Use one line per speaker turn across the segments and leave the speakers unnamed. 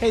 Hey,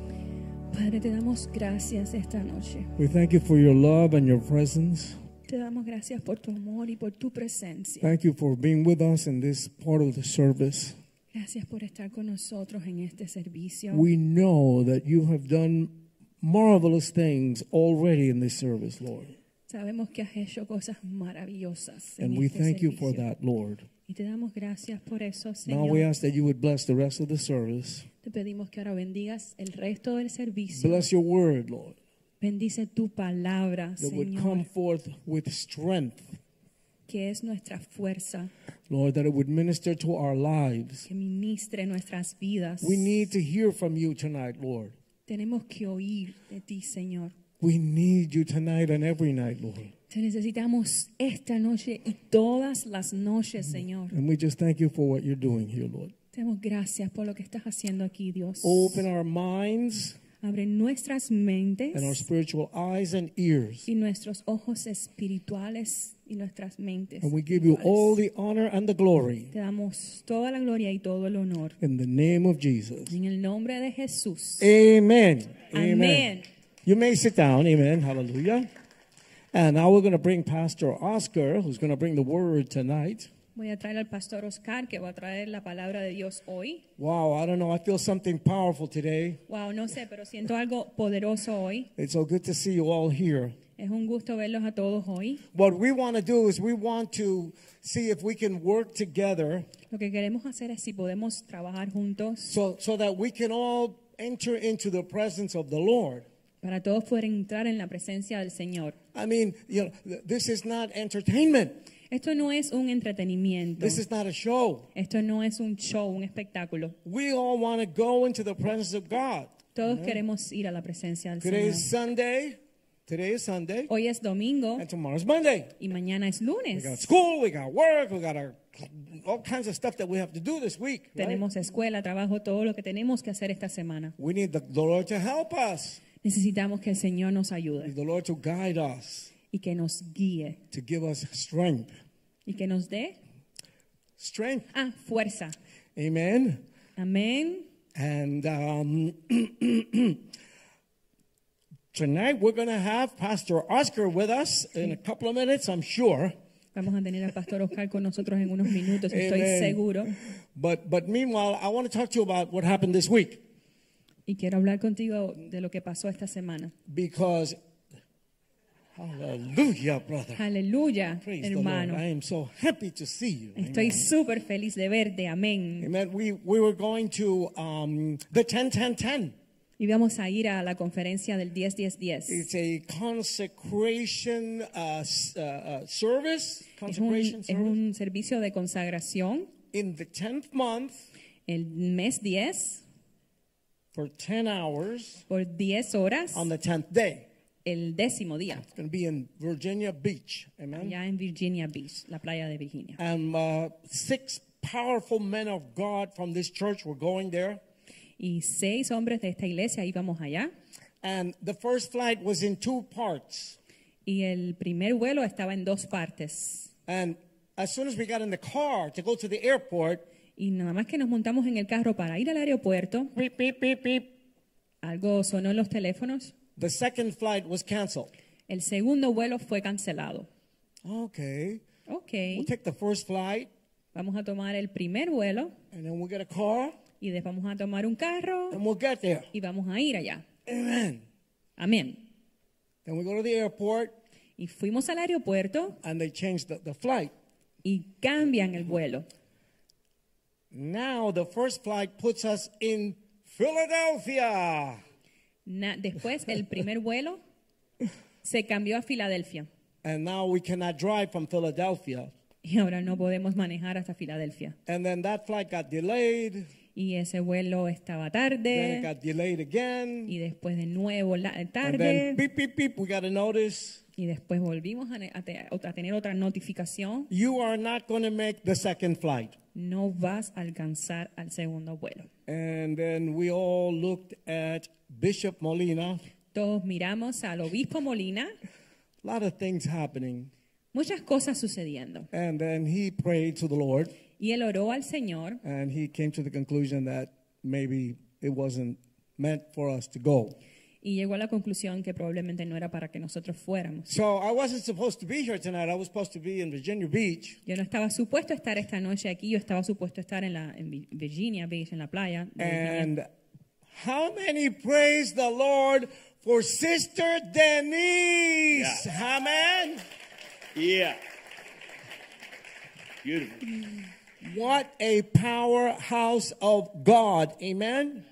Padre, te damos gracias esta noche.
We thank you for your love and your presence.
Te damos gracias por tu amor y por tu presencia.
Thank you for being with us in this part of the service.
Gracias por estar con nosotros en este servicio.
We know that you have done marvelous things already in this service, Lord.
Sabemos que has hecho cosas maravillosas. en
And we
este
thank you for
servicio.
that, Lord.
Y te damos gracias por eso,
Now
Señor.
we ask that you would bless the rest of the service.
Te pedimos que ahora bendigas el resto del servicio.
Bless your word, Lord,
Bendice tu palabra,
that would
Señor,
come forth with strength.
que es nuestra fuerza,
Lord, that it would minister to our lives.
que ministre nuestras vidas.
We need to hear from you tonight, Lord.
Tenemos que oír de ti, Señor.
We need you tonight and every night, Lord.
Te necesitamos esta noche y todas las noches, Señor.
And we just thank you for what you're doing here, Lord.
Te damos gracias por lo que estás haciendo aquí, Dios.
Open our minds
Abre nuestras
and our
mentes
spiritual eyes and ears.
y nuestros ojos espirituales y nuestras mentes.
And we give you
espirituales.
all the honor and the glory
Te damos toda la gloria y todo el honor.
in the name of Jesus.
En el nombre de Jesús.
Eh. Amen.
Amén.
You may sit down. Amen. Hallelujah. And now we're going to bring Pastor Oscar, who's going to bring the word tonight.
Voy a traer al pastor Oscar, que va a traer la palabra de Dios hoy.
Wow, I don't know. I feel something powerful today.
Wow, no sé, pero siento algo poderoso hoy.
It's so good to see you all here.
Es un gusto verlos a todos hoy.
What we want to do is we want to see if we can work together
Lo que queremos hacer es si podemos trabajar juntos
so, so that we can all enter into the presence of the Lord.
para todos poder entrar en la presencia del Señor.
I mean, you know, th- this is not entertainment.
Esto no es un entretenimiento.
This is not a show.
Esto no es un show, un espectáculo.
We all want to go into the presence of God.
Todos queremos ir a la presencia del
Today is
Señor.
Sunday. Today is Sunday.
Hoy es domingo
And tomorrow's Monday.
y mañana es
We got
lunes.
school, we got work, we got our, all kinds of stuff that we have to do this week. right?
Tenemos escuela, trabajo, todo lo que tenemos que hacer esta semana.
We need the, the Lord to help us,
Necesitamos que el Señor nos
We need
ayude
the Lord to guide us,
y que nos guíe
to give us strength.
y que nos dé
Strength.
ah, fuerza.
Amen.
Amén.
And um, tonight we're going to have Pastor Oscar with us in a couple of minutes, I'm sure.
Vamos a tener al pastor Oscar con nosotros en unos minutos, estoy
Amen.
seguro.
But, but meanwhile, I want to talk to you about what happened this week
Y quiero hablar contigo de lo que pasó esta semana.
because, hallelujah, brother.
Aleluya,
Praise the
hermano.
Lord. I am so happy to see you.
Estoy súper feliz de verte, amén.
Amen. We, we were going to um, the 10 10 10.
Y vamos a ir a la conferencia del 10-10-10.
It's a consecration uh, s- uh, uh, service,
Es un,
consecration
es
service
un servicio de consagración
in the 10th month.
el mes 10
for 10 hours
por 10 horas
on the 10th day.
el décimo día
It's going to be in Virginia Beach. Amen.
allá en Virginia Beach, la playa de Virginia.
And uh, six powerful men of God from this church were going there.
Y seis hombres de esta iglesia íbamos allá
And the first flight was in two parts.
y el primer vuelo estaba en dos partes.
And as soon as we got in the car to go to the airport,
Y nada más que nos montamos en el carro para ir al aeropuerto,
beep, beep, beep, beep,
algo sonó en los teléfonos.
the second flight was canceled.
El segundo vuelo fue cancelado.
Okay.
Ok,
We'll take the first flight
vamos a tomar el primer vuelo
and then we'll get a car
y después vamos a tomar un carro
and we'll get there.
y vamos a ir allá.
Amen.
Amén.
Then we go to the airport
Y fuimos al aeropuerto
and they changed the, the flight.
y cambian el vuelo.
Now the first flight puts us in Philadelphia.
Na- después el primer vuelo se cambió a Filadelfia
And now we cannot drive from Philadelphia.
y ahora no podemos manejar hasta Filadelfia.
And then that flight got delayed.
y ese vuelo estaba
Then it
tarde
got delayed again.
y después de nuevo la- eh,
And then
tarde
beep, beep, beep, we got a notice.
y después volvimos a, ne- a te- a tener otra notificación.
You are not going to make the second flight.
No vas a alcanzar al segundo vuelo.
And then we all looked at Bishop Molina.
Todos miramos al obispo Molina,
A lot of things happening.
muchas cosas sucediendo.
And then he prayed to the Lord
Y él oró al Señor
and he came to the conclusion that maybe it wasn't meant for us to go.
y llegó a la conclusión que probablemente no era para que nosotros fuéramos.
So I wasn't supposed to be here tonight. I was supposed to be in Virginia Beach.
Yo no estaba supuesto a estar esta noche aquí, yo estaba supuesto a estar en, la, en Vi- Virginia Beach, en la playa. de Virginia.
And how many praise the Lord for Sister Denise? Amen.
Yeah. Beautiful.
What a powerhouse of God. Amen.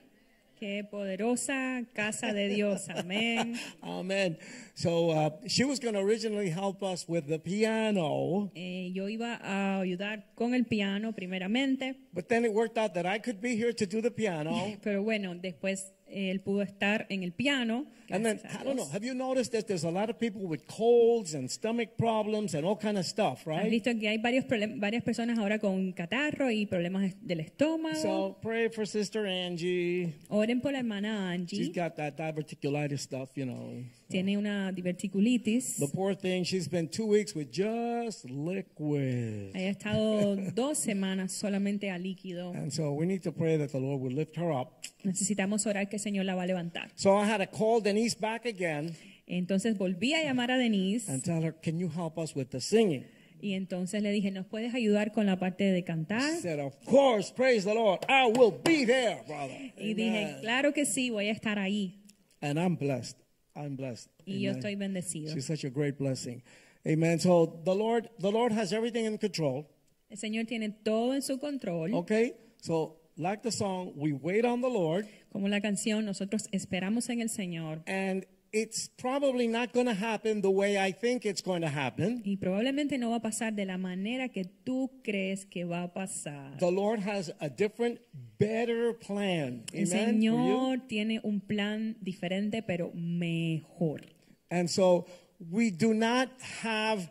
Qué poderosa casa de Dios, amén.
Amen. So uh, she was going to originally help us with the piano,
Eh, yo iba a ayudar con el piano primeramente,
but then it worked out that I could be here to do the piano.
pero bueno, después eh, él pudo estar en el piano.
And then
gracias a
I don't know.
Dios.
Have you noticed that there's a lot of people with colds and stomach problems and all kind of stuff,
Has
right?
visto que hay varios problem- varias personas ahora con catarro y problemas del estómago.
So pray for Sister Angie.
Oren por la hermana
She's
Angie.
got that diverticulitis stuff, you know.
Tiene una diverticulitis.
The poor thing, she's been two weeks with just liquid.
Ella ha estado dos semanas solamente a líquido.
And so we need to pray that the Lord will lift her up.
Necesitamos orar que el Señor la va a levantar.
So I had to call Denise back again
Entonces volví a llamar a Denise
and tell her, Can you help us with the singing?
y entonces le dije, ¿nos puedes ayudar con la parte de cantar?
She said, Of course, praise the Lord. I will be there, brother.
Y dije,
Amen.
claro que sí, voy a estar ahí.
And I'm blessed. I'm blessed.
Y yo
Amen.
estoy bendecido.
She's such a great blessing. Amen. So the Lord, the Lord has everything in control.
El Señor tiene todo en su control.
Okay? So like the song, we wait on the Lord.
Como la canción, nosotros esperamos en el Señor.
and it's probably not going to happen the way I think it's going to happen.
Y probablemente no va a pasar de la manera que tú crees que va a pasar.
The Lord has a different, better plan.
El
Amen. for you.
Señor tiene un plan diferente, pero mejor.
And so we do not have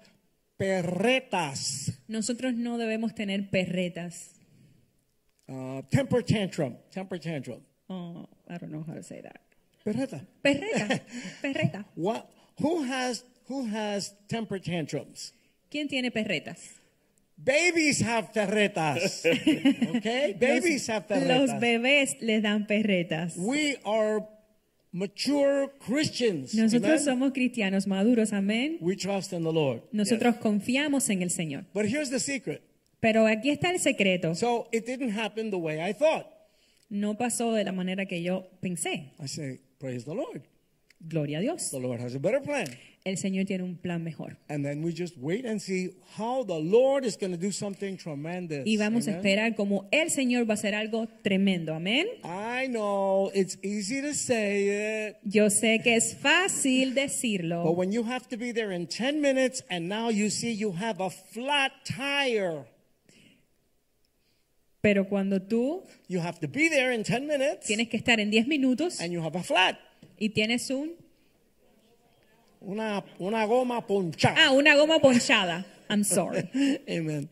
perretas,
Nosotros no debemos tener perretas.
uh, temper tantrum, temper tantrum,
Oh, I don't know how to say that.
perreta.
Perreta, perreta.
What? Who has who has temper tantrums?
¿Quién tiene perretas?
Babies have perretas. okay, babies have perretas.
Los bebés les dan perretas.
we are mature Christians.
Nosotros
Amen?
somos cristianos maduros, amén.
We trust in the Lord.
Nosotros confiamos en el Señor.
But here's the secret.
Pero aquí está el secreto.
So it didn't happen the way I thought.
No pasó de la manera que yo pensé.
I say, praise the Lord.
Gloria a Dios.
The Lord has a better plan.
El Señor tiene un plan mejor.
And then we just wait and see how the Lord is going to do something tremendous.
Y vamos a
Amen?
esperar como el Señor va a hacer algo tremendo. Amén.
I know it's easy to say it,
Yo sé que es fácil
but
decirlo,
when you have to be there in 10 minutes and now you see you have a flat tire,
pero cuando tú
you have to be there in 10 minutes
tienes que estar en 10 minutos
and you have a flat.
y tienes un...
Una, una goma ponchada.
Ah, una goma ponchada. I'm sorry.
Amen.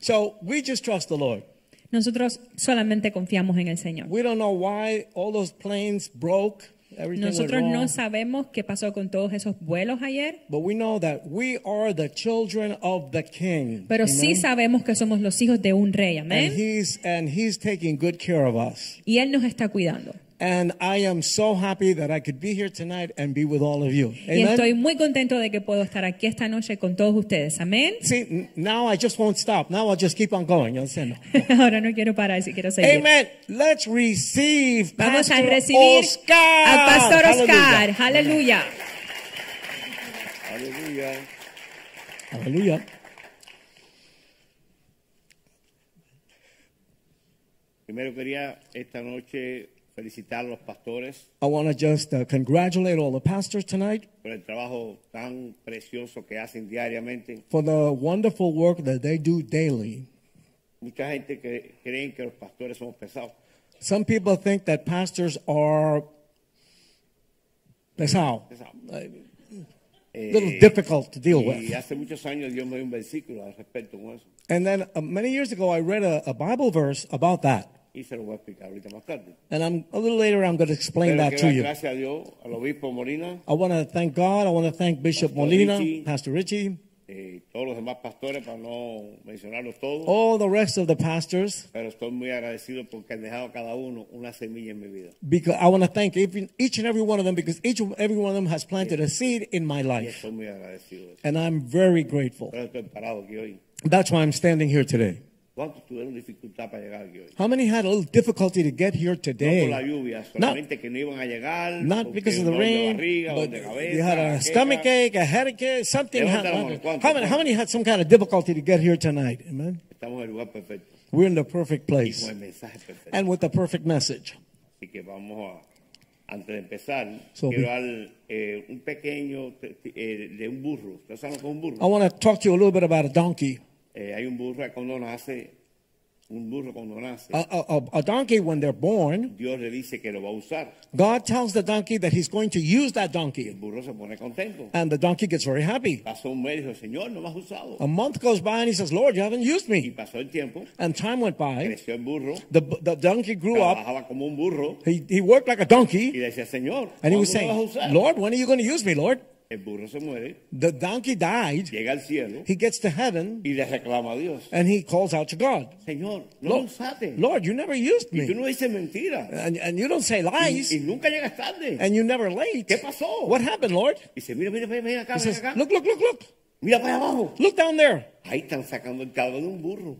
So we just trust the Lord.
Nosotros solamente confiamos en el Señor.
We don't know why all those planes broke. Everything went
Nosotros no
wrong.
sabemos qué pasó con todos esos vuelos ayer,
But we know that we are the children of the King.
pero
Amen.
sí sabemos que somos los hijos de un rey,
and
amén.
he's and he's taking good care of us.
Y Él nos está cuidando.
And I am so happy that I could be here tonight and be with all of you.
Y
Amen.
estoy muy contento de que puedo estar aquí esta noche con todos ustedes, amén.
See, n- now I just won't stop. Now I'll just keep on going. You understand?
Ahora no quiero parar, si quiero seguir.
Amen. Let's receive
Vamos a
Pastor
recibir
Oscar.
al pastor Oscar.
Hallelujah.
Aleluya.
Hallelujah.
Hallelujah.
Primero quería esta noche felicitar a los pastores
I want to just uh, congratulate all the pastors tonight
por el trabajo tan precioso que hacen diariamente.
for the wonderful work that they do daily.
Mucha gente que creen que los pastores somos pesados.
Some people think that pastors are pesado, a little
Eh.
difficult to deal
Y
with.
hace muchos años Dios me dio un versículo al respecto con eso.
And then uh, many years ago, I read a, a Bible verse about that.
Y se lo voy a explicar ahorita más tarde.
And I'm a little later, I'm going to explain that
Pero quiero
to
dar
you.
gracias a Dios, al obispo Molina,
I want to thank God. I want to thank Bishop
Pastor
Molina,
Richie.
Pastor Richie,
eh, todos los demás pastores, para no mencionarlos todos.
all the rest of the pastors.
Pero estoy muy agradecido porque han dejado a cada uno una semilla en mi vida.
Because I want to thank every, each and every one of them because each and every one of them has planted a seed in my
Y
life.
estoy muy agradecido de eso.
And I'm very grateful.
Por eso estoy parado aquí hoy.
That's why I'm standing here today.
¿Cuántos tuvieron dificultad para llegar aquí hoy?
How many had a little difficulty to get here
No por la
today?
lluvia,
No.
solamente que no iban a llegar.
Not
porque
because of the
un dolor de
rain,
barriga,
but
dolor de cabeza,
you had a
aquella.
stomach ache, a headache, something.
Levanta
had-
la mano. ¿Cuánto?
How many, how many had some kind of difficulty to get here tonight? Amen.
Estamos en el lugar perfecto,
We're in the perfect
con
place
el mensaje perfecto.
and with the perfect message.
Así que vamos a, antes de empezar,
So
quiero
we-
dar eh, un pequeño te- te- eh, de un burro. ¿Ustedes saben lo que es un
I
burro?
want to talk to you a little bit about a donkey.
Eh, hay un burro que cuando nace, un burro cuando nace,
A, a, a- a donkey, when they're born,
Dios le dice que lo va a usar.
God tells the donkey that he's going to use that
El
donkey.
burro se pone contento.
And the donkey gets very happy.
Pasó un mes y dijo, Señor, no me has usado.
A month goes by and he says, Lord, you haven't used
Y
me.
pasó el tiempo,
And time went by.
creció el burro,
The, the donkey grew up.
trabajaba como un burro
He, he worked like a
y
donkey.
le decía, Señor,
And
¿cuándo
he
me
was
vas a
saying,
usar?
Lord, when are you going to use me, Lord?
El burro se muere,
The donkey died.
llega al cielo
He gets to heaven
y le reclama a Dios,
and he calls out to God,
Señor, no me
Lord,
usaste.
Lord you never used
Y tú
me.
no dices mentira.
And, and you don't say lies.
Y, y nunca llegas tarde.
And you're never late.
¿Qué pasó?
What happened, Lord?
Dice, mira, mira, mira, mira acá,
He
mira
says,
acá.
Look, look, look, look.
Mira para abajo.
Look down there.
Ahí están sacando el cadáver de un burro.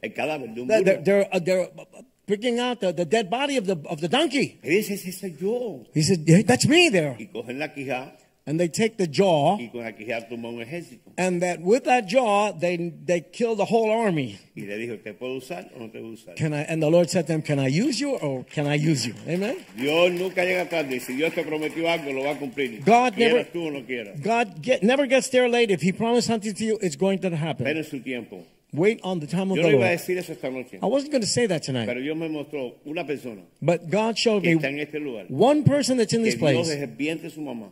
El cadáver de un
They're,
burro.
they're, they're, uh, they're uh, picking out the, the dead body of the, of the donkey.
Y dice, ese soy yo.
He said, "Yeah, That's me there.
Y cogen la quijada
And they take the jaw,
y con la quijada toma un ejército.
and that with that jaw, they, they kill the whole army.
Y le dijo, ¿te puedo usar o no te puedo usar?
Can I, and the Lord said to them, Can I use you or can I use you? Amen.
Dios nunca llega tarde. Y Si Dios te prometió algo, lo va a cumplir.
God
quieras
never-
tú o no quieras.
God get, never gets there late. If He promised something to you, it's going to
Pero
happen.
en su tiempo.
Wait on the time of
Yo
the
no iba a
Lord.
decir eso esta noche.
I wasn't going to say that
Pero
tonight,
Dios me mostró una persona
but God showed
que está en
me
este lugar.
one person that's in
Que
this
Dios
place.
desviente a su mamá.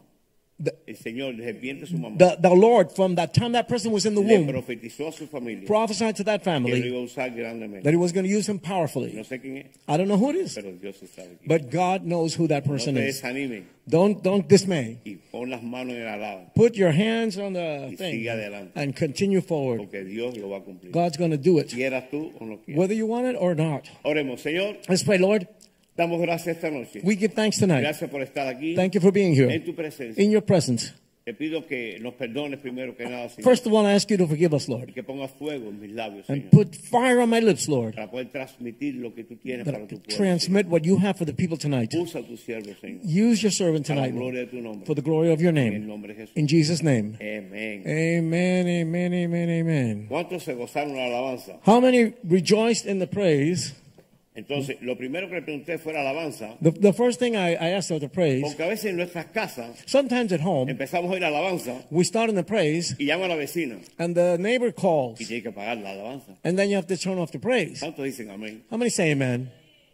The-
El Señor desviente a su mamá.
The, the Lord, from that time that person was in the
le
womb,
profetizó a su familia
prophesied to that
que lo
family
iba a usar grandemente.
that he was going to use him
No
powerfully.
sé quién es,
I don't know who it is,
pero Dios sí sabe quién.
but God knows who that
No te
person is.
desanimen
Don't don't dismay.
y pon las manos en el alado,
Put your hands on the
Y
thing
sigue adelante.
and continue forward.
porque Dios lo va a cumplir.
God's going to do it,
Quieras tú o no quieras.
whether you want it or not.
Oremos, Señor,
Let's pray, Lord.
damos gracias esta noche.
We give thanks tonight.
Gracias por estar aquí
Thank you for being here
en tu presencia.
in your presence.
Te pido que nos perdones primero que nada, Señor,
First of all, I ask you to forgive us,
y
Lord,
que pongas fuego en mis labios,
and
Señor,
put fire on my lips, Lord,
para poder transmitir lo que tú tienes
that
para
I
tu
could
pueblo. Señor.
transmit what you have for the people tonight.
Usa a tu siervo, Señor,
Use your servant
para la
tonight Lord,
gloria de tu nombre.
for the glory of your
En el
name.
nombre de Jesús.
In Jesus' name.
Amén.
Amen, amen, amen, amen.
¿Cuántos se gozaron la alabanza?
How many rejoiced in the praise?
Entonces, lo primero que le pregunté fue la alabanza,
The, the first thing I, I asked of the praise,
porque a veces en nuestras casas
sometimes at home,
empezamos a oír alabanza
we start in the praise
y llama a la vecina
and the neighbor calls,
y tiene que pagar la alabanza.
and then you have to turn off the praise.
¿Cuántos dicen amén?
How many say amen?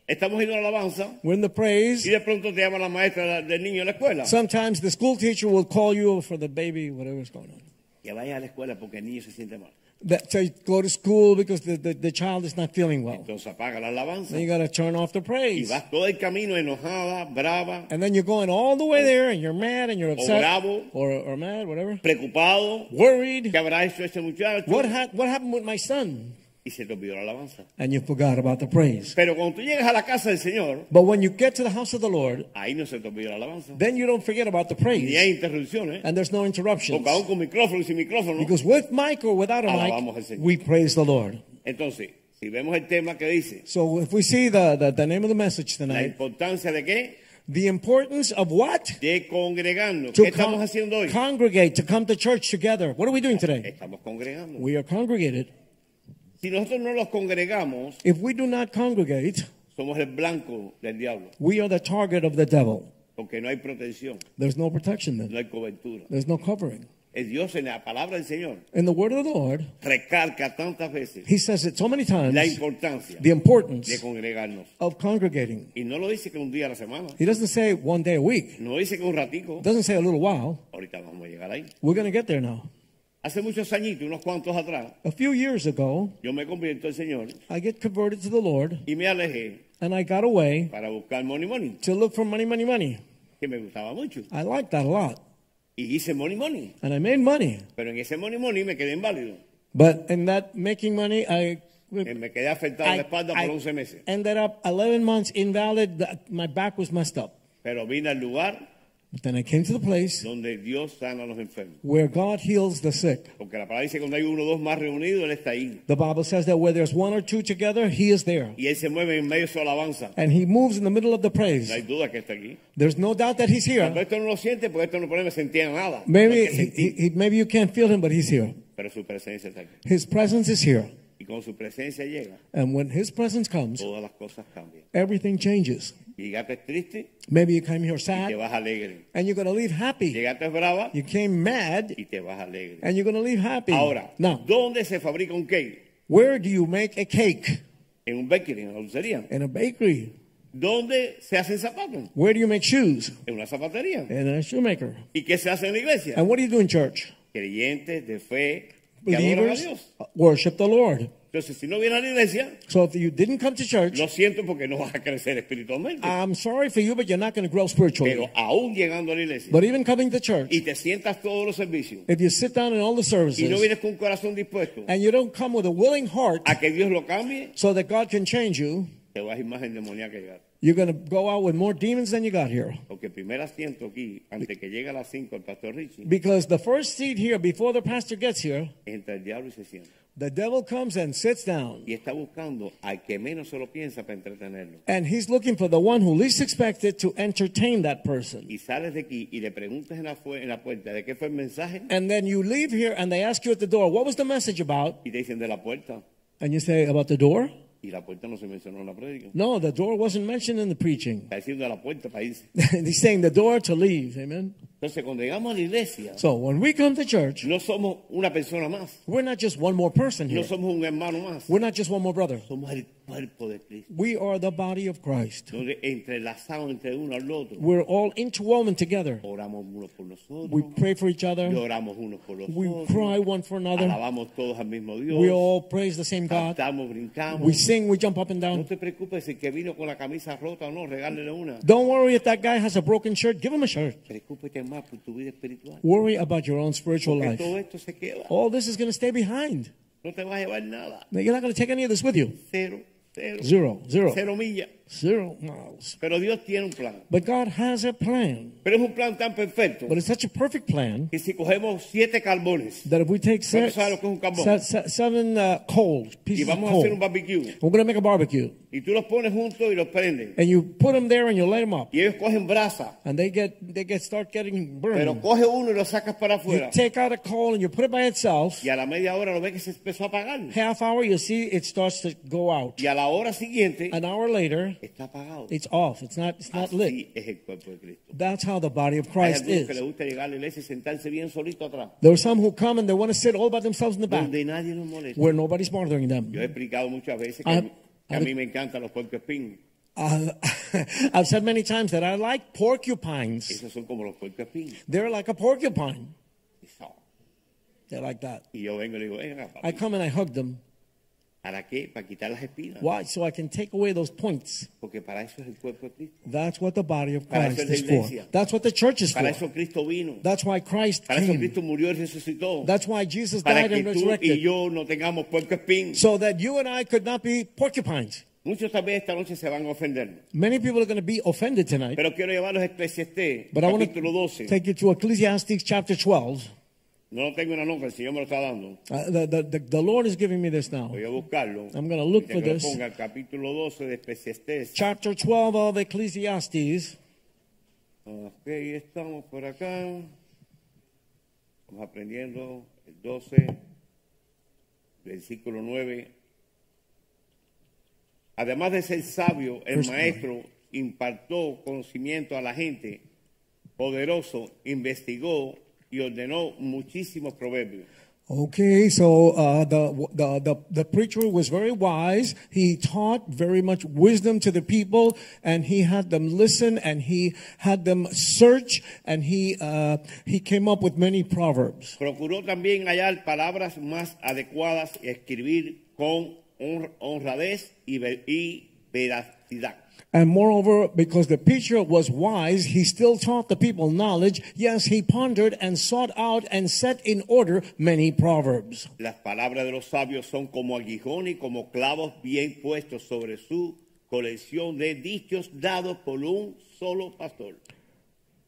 Estamos oyendo la alabanza
We're in the
y
praise.
de pronto te llama la maestra la- del niño de la escuela.
Sometimes the school teacher will call you for the baby, whatever's going on.
Que vaya a la escuela porque el niño se siente mal.
That, so you go to school because the, the, the child is not feeling well.
Entonces apaga la alabanza
Then you got to turn off the
y
praise.
vas todo el camino enojada, brava,
And then you're going all the way there and you're mad and you're upset
bravo.
or, or mad, whatever.
preocupado.
Worried.
¿Qué habrá hecho ese muchacho?
What, ha- what happened with my son?
Y se te olvidó la alabanza.
And you forgot about the praise.
Pero cuando tú llegas a la casa del Señor,
But when you get to the house of the Lord,
ahí no se te olvidó la alabanza.
then you don't forget about the
Ni hay
praise.
interrupciones.
And there's no interruptions.
Porque aún con micrófono y sin micrófono.
Because with mic or without a
Alabamos Ah, al
mic,
Señor.
we praise the Lord.
Entonces, si vemos el tema que dice,
So if we see the, the, the name of the message
la
tonight,
importancia de qué?
the importance of what?
De congregarnos.
To
¿Qué estamos
con-
haciendo hoy? Eh,
congregate, to come to church together. What are we doing today?
Estamos congregando.
We are congregated.
Si nosotros no los congregamos,
If we do not congregate,
somos el blanco del diablo.
we are the target of the devil.
Porque no hay protección,
There's no protection then.
no hay cobertura.
There's no covering.
eh, Dios en la palabra del Señor
In the word of the Lord,
recalca tantas veces
he says it so many times
la importancia
the importance
de congregarnos.
of congregating.
Y no lo dice que un día a la semana,
He doesn't say one day a week,
no dice que un ratico.
doesn't say a little while.
Ahorita vamos a llegar ahí.
We're going to get there now.
Hace muchos añitos, unos cuantos atrás,
A few years ago,
yo me convierto al Señor
I get converted to the Lord
y me alejé
and I got away
para buscar Money Money,
to look for money, money, money.
que me gustaba mucho.
I liked that a lot
Y hice Money Money,
and I made money.
pero en ese Money Money me quedé inválido.
But in that making money, I,
Eh, Me quedé afectado en la
I,
espalda
I
por 11 meses.
ended up 11 months invalid. That- My back was messed up.
Pero vine al lugar
But then I came to the place
donde Dios sana a los enfermos.
where God heals the sick.
Porque la palabra dice que cuando hay uno o dos más reunidos, Él está ahí.
The Bible says that where there's one or two together, He is there.
Y Él se mueve en medio de su alabanza.
And He moves in the middle of the praise.
No hay duda que está aquí.
There's no doubt that He's
Pero
here.
esto no lo siente porque esto no pone, me sentía nada.
Maybe,
Lo que
he,
sentí.
he, he- maybe you can't feel Him, but He's here.
Pero su presencia está aquí.
His presence is here.
Y con su presencia llega,
And when His presence comes,
todas las cosas cambian.
everything changes.
Llegaste triste
Maybe you came here
y te
sad
vas alegre.
and you're going to leave happy.
Llegaste brava
You came mad
y te vas alegre.
and you're going to leave happy.
Ahora,
now,
¿dónde se fabrica un cake?
where do you make a cake?
En un bakery, en una dulcería.
In a bakery.
¿Dónde se hacen zapatos?
Where do you make shoes?
En una zapatería.
In a shoemaker.
¿Y qué se hace en la iglesia?
And what do you do in church?
Creyentes de fe que adoran a
Believers
Dios.
worship the Lord.
Entonces, si no vienes a la iglesia,
So if you didn't come to church,
lo siento porque no vas a crecer espiritualmente.
I'm sorry for you, but you're not going to grow spiritually.
Pero aún llegando a la iglesia
but even coming to church,
y te sientas todos los servicios
if you sit down in all the services
y no vienes con un corazón dispuesto
and you don't come with a willing heart
a que Dios lo cambie,
so that God can change you,
te vas a ir más endemoniado que llegar.
you're going to go out with more demons than you got here.
Porque el primer asiento aquí, antes que llegue a las 5 el pastor Richie,
Because the first seat here, before the pastor gets here,
entra el diablo y se sienta.
the devil comes and sits down.
Y está buscando al que menos se lo piensa para entretenerlo.
And he's looking for the one who least expected to entertain that person.
Y sales de aquí y le preguntas en la, fu- en la puerta de qué fue el mensaje
And then you leave here and they ask you at the door, what was the message about?
y te dicen de la puerta.
And you say, about the door?
Y la puerta no se mencionó en la prédica.
No, the door wasn't mentioned in the preaching.
Está diciendo de la puerta para irse.
And he's saying the door to leave. Amen.
Entonces, cuando llegamos a la iglesia,
So when we come to church,
no somos una persona más,
we're not just one more person
no
here.
somos un hermano más,
We're not just one more brother.
somos el cuerpo de Cristo,
We are the body of Christ.
donde entrelazados entre uno al otro,
We're all interwoven together.
oramos unos por nosotros,
We pray for each other.
lloramos unos por los
We
otros,
cry one for another.
alabamos todos al mismo Dios,
We all praise the same God.
cantamos, brincamos.
We sing, we jump up and
no
down.
te preocupes si el que vino con la camisa rota o no, regálele una.
Don't worry if that guy has a broken shirt. Give him a shirt.
Preocúpate más por tu vida espiritual.
Worry about your own spiritual
Porque
life. Oh.
todo esto se queda.
All this is going to stay behind.
No te vas a llevar nada.
You're not going to take any of this with you.
Cero, cero,
Zero, zero,
cero millas.
zero miles.
Pero Dios tiene un plan.
But God has a plan.
Pero es un plan tan perfecto
But it's such a perfect plan
que si cogemos siete carbones
that if we take se-
Vamos a lo que es un carbón.
se- se- seven uh, cold
y
pieces of
vamos a hacer un
coal,
barbecue
we're going to make a barbecue.
y tú los pones juntos y los prendes
And you put them there and you light them up.
y ellos cogen brasa,
And they get they get start getting
pero
burned.
coge uno y lo sacas para
You
afuera
take out a coal and you put it by itself.
y a la media hora lo ves que se empezó a apagar
Half hour, you see it starts to go out.
y a la hora siguiente
An hour later,
está apagado.
it's off. It's not. It's not lit.
Así es el cuerpo de Cristo.
That's how the body of
Hay
Christ
algunos que les
is.
gusta llegar a la iglesia y sentarse bien solito atrás,
There are some who come and they want to sit all by themselves in the back,
donde nadie los molesta.
where nobody's bothering
Yo he
them.
explicado muchas veces que,
Ah,
a mí- que a
ah,
mí me encantan los puercoespines.
Uh, I've said many times that I like porcupines.
Esos son como los puercoespines.
They're like a porcupine.
Eso.
They're like that.
Y yo vengo y le digo, venga, papi,
I come and I hug them.
¿para qué? Para quitar las espinas.
Why? So I can take away those points.
Porque para eso es el cuerpo de Cristo.
That's what the body of
Para eso
Christ
es
is
la
for.
iglesia.
That's what the church is
Para
for.
eso Cristo vino.
That's why Christ
Para eso
came.
Cristo murió y resucitó.
That's why Jesus
Para
died
que
and
tú y
resurrected.
yo no tengamos puercoespín.
So that you and I could not be porcupines.
Muchos tal vez esta noche se van a ofender.
Many people are going to be offended tonight.
Pero quiero llevarlos a Eclesiastés,
But I want
capítulo
to
12.
take you to Ecclesiastes chapter 12.
No lo tengo en la nota, el Señor me lo está dando.
Uh, the, the, the, the Lord is giving me this now.
Voy a buscarlo.
I'm gonna look
Ahorita
for
que lo
this.
ponga el capítulo 12 de Eclesiastés.
Chapter 12 of Ecclesiastes.
Ok, estamos por acá. Vamos aprendiendo el 12, versículo 9. Además de ser sabio, el
Verse
maestro impartió conocimiento a la gente, poderoso, investigó y ordenó muchísimos proverbios.
Okay, so uh, the, the, the, the preacher was very wise. He taught very much wisdom to the people, and he had them listen, and he had them search, and he, uh, he came up with many proverbs.
Procuró también hallar palabras más adecuadas y escribir con hon- honradez y, ve- y veracidad.
And moreover, because the preacher was wise, he still taught the people knowledge. Yes, he pondered and sought out and set in order many proverbs.
Las palabras de los sabios son como aguijón y como clavos bien puestos sobre su colección de dichos dados por un solo pastor.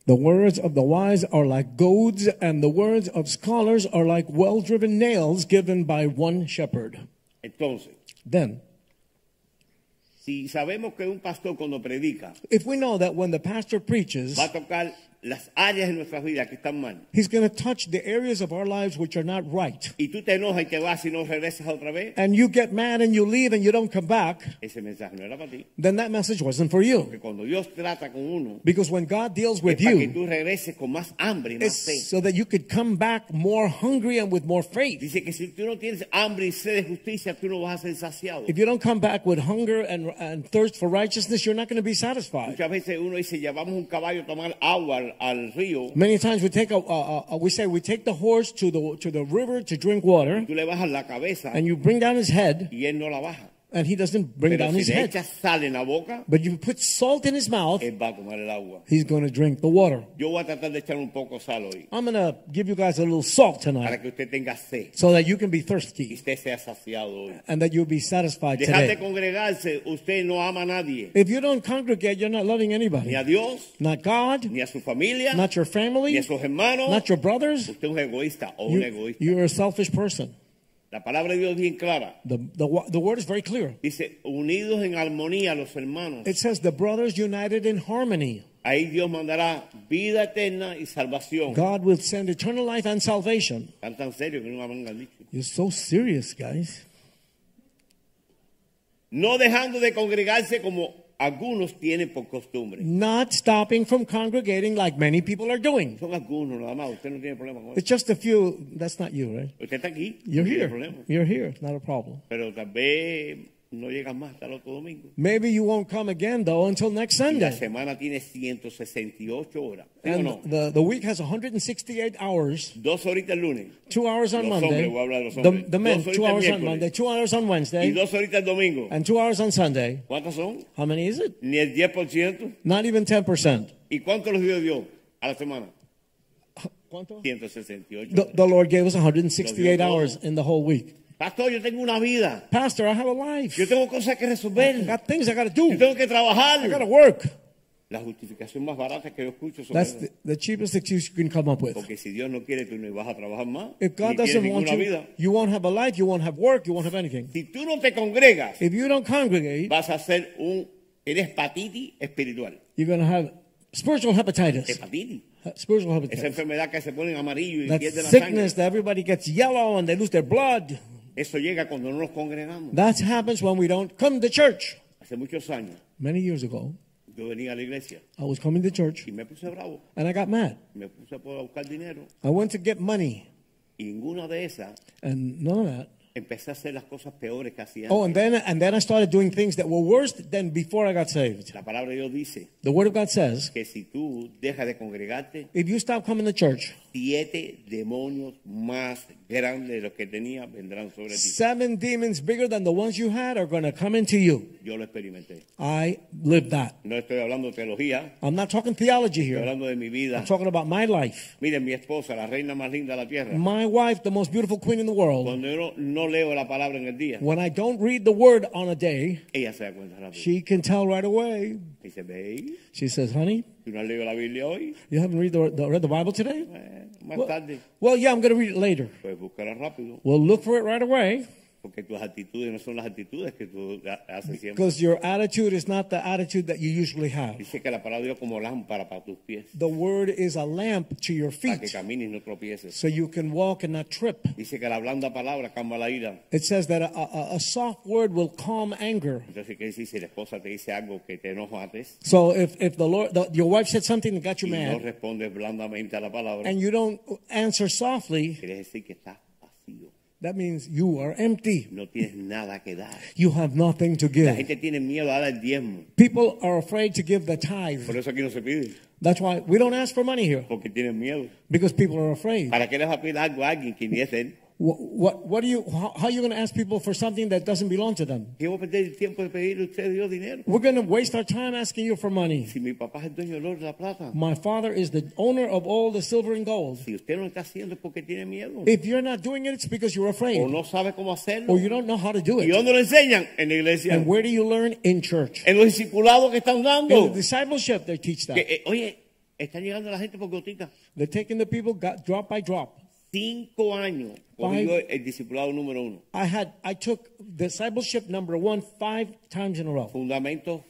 The words of the wise are like goads, and the words of scholars are like well driven nails given by one shepherd.
Entonces,
Then,
si sabemos que un pastor cuando predica
if we know that when the pastor preaches,
va a tocar las áreas de nuestras vidas que están mal,
he's going to touch the areas of our lives which are not right,
y tú te enojas y te vas y no regresas otra vez,
and you get mad and you leave and you don't come back,
ese mensaje no era para ti.
then that message wasn't for you.
Porque cuando Dios trata con uno,
Because when God deals with
es para que
you,
tú regreses con más hambre y más sed.
It's so that you could come back more hungry and with more faith.
Dice que si tú no tienes hambre y sed de justicia, tú no vas a ser saciado.
If you don't come back with hunger and, and thirst for righteousness, you're not going to be satisfied.
Muchas veces uno dice, llevamos un caballo a tomar agua al, al río.
Many times we take a, a, a, we say we take the horse to the to the river to drink water,
Tú le bajas la cabeza
and you bring down his head,
y él no la baja.
and he doesn't bring
Pero
down
si
his
le
head.
echas sal en la boca,
But you put salt in his mouth,
él va a tomar el agua.
he's going to drink the water.
Yo voy a tratar de echar un poco sal hoy
I'm going to give you guys a little salt
para
tonight,
que usted tenga sed
so that you can be
y
thirsty
usted sea saciado hoy.
and that you'll be satisfied
Dejar de
today.
congregarse, usted no ama a nadie,
If you don't congregate, you're not loving
ni
anybody,
a Dios,
not God,
ni a su familia,
not your
ni
family,
a sus hermanos.
not your brothers.
Usted es un egoísta o un
You,
egoísta.
you're a selfish person.
La palabra de Dios es bien clara.
The, the, wo- the word is very clear.
Dice, unidos en armonía los hermanos.
It says the brothers united in harmony.
Ahí Dios mandará vida eterna y salvación.
God will send eternal life and salvation.
Están tan serios que no me han dicho.
You're so serious, guys.
No dejando de congregarse como algunos tienen por costumbre.
Not stopping from congregating like many people are doing.
Son algunos nada más. Usted no tiene problema con eso.
It's just a few. That's not you, right?
Usted está aquí.
You're
no tiene
here.
problema.
You're here. It's Not a problem.
Pero tal vez no llegas más hasta el otro domingo.
Maybe you won't come again, though, until next
Y La
Sunday.
semana tiene 168 horas. ¿Sí o
And
no?
the, the week has 168 hours.
Dos horitas el lunes
Two hours on
Los
Monday.
hombres, voy a hablar de los
The,
hombres.
the men,
Dos
two
ahorita
hours on
miércoles.
Monday. Two hours on Wednesday.
y dos horitas el domingo.
and two hours on Sunday.
¿Cuántas son?
How many is it?
Ni el 10%.
Not even 10%.
¿Y cuánto los dio Dios a la semana?
The,
168.
the Lord gave us 168 hours in the whole week.
Pastor, yo tengo una vida.
Pastor, I have a life.
Yo tengo cosas que
I
resolver.
got things I got to
Yo
do.
tengo que
I got to
trabajar.
work.
La justificación más barata que yo escucho sobre
That's
eso.
the, the cheapest excuse you can come up with.
Porque si Dios no quiere, tú no vas a trabajar más.
If God
ni tienes
doesn't want
ninguna
you,
vida.
you won't have a life, you won't have work, you won't have anything.
Si tú no te congregas,
If you don't congregate,
vas a ser un... Eres hepatitis espiritual.
you're going to have spiritual hepatitis. Uh,
Hepatitis.
Spiritual
Esa
hepatitis.
enfermedad que se pone en amarillo y
That
pierde la
sickness
sangre.
that everybody gets yellow and they lose their blood.
Eso llega cuando no nos congregamos.
That happens when we don't come to church.
Hace muchos años
Many years ago,
yo venía a la iglesia
I was coming to church
y me puse bravo.
and I got mad.
Me puse a buscar dinero.
I went to get money,
Y ninguna de esas
and none of that.
empecé a hacer las cosas peores que hacía
Oh,
antes.
and then and then I started doing things that were worse than before I got saved.
La palabra de Dios dice
The Word of God says,
que si tú dejas de congregarte,
if you stop coming to church,
siete demonios más grandes de los que tenías vendrán sobre ti.
seven demons bigger than the ones you had are going to come into you.
Yo lo experimenté.
I lived that.
No estoy hablando de teología,
I'm not talking theology
estoy
here.
hablando de mi vida.
I'm talking about my life.
Miren, mi esposa, la reina más linda de la tierra.
My wife, the most beautiful queen in the world.
Cuando yo no, no leo la palabra en el día,
When I don't read the Word on a day,
ella se da cuenta rápido.
she can tell right away.
Dice, ve,
She says, "Honey,
tú no has leído la Biblia hoy,
you haven't read the, the read the Bible today."
Eh, más
Well,
tarde.
well, yeah, I'm going to read it later.
Pues búscala rápido.
We'll look for it right away.
porque tus actitudes no son las actitudes que tú ha- haces siempre.
because your attitude is not the attitude that you usually have.
Dice que la palabra de Dios como lámpara para tus pies,
The word is a lamp to your
para que
feet
camines y no tropieces.
so you can walk and not trip.
Dice que la blanda palabra calma la ira.
It says that a, a, a soft word will calm anger.
Entonces, ¿qué dice? Si la esposa te dice algo que te enojates
So if, if the Lord, the, your wife said something that got you
y no
mad
respondes blandamente a la palabra,
and you don't answer softly,
quiere decir que estás vacío.
that means you are empty.
No tienes nada que dar.
You have nothing to
La
give.
gente tiene miedo a dar el diezmo.
People are afraid to give the tithe.
Por eso aquí no se pide,
That's why we don't ask for money here
porque tienen miedo.
because people are afraid.
¿Para qué les va a pedir algo a alguien que ni es él?
What, what, what do you, how, how are you going to ask people for something that doesn't belong to them?
¿Qué voy a perder el tiempo de pedirle a usted Dios dinero?
We're going to waste our time asking you for money.
Si mi papá es el dueño del oro y la plata,
My father is the owner of all the silver and gold.
si usted no está haciendo es porque tiene miedo
If you're not doing it, it's because you're
o
afraid
Oh, no sabe cómo hacerlo.
or you don't know how to do
¿Y
it.
dónde lo enseñan? En la iglesia.
And where do you learn? In church.
En los discipulados que están
In the
dando.
discipleship, they teach
Que,
that.
eh, oye, están llegando la gente por gotitas.
They're taking the people got, drop by drop.
Cinco años conmigo el discipulado número uno.
I had I took discipleship number one five times in a row.
Fundamentos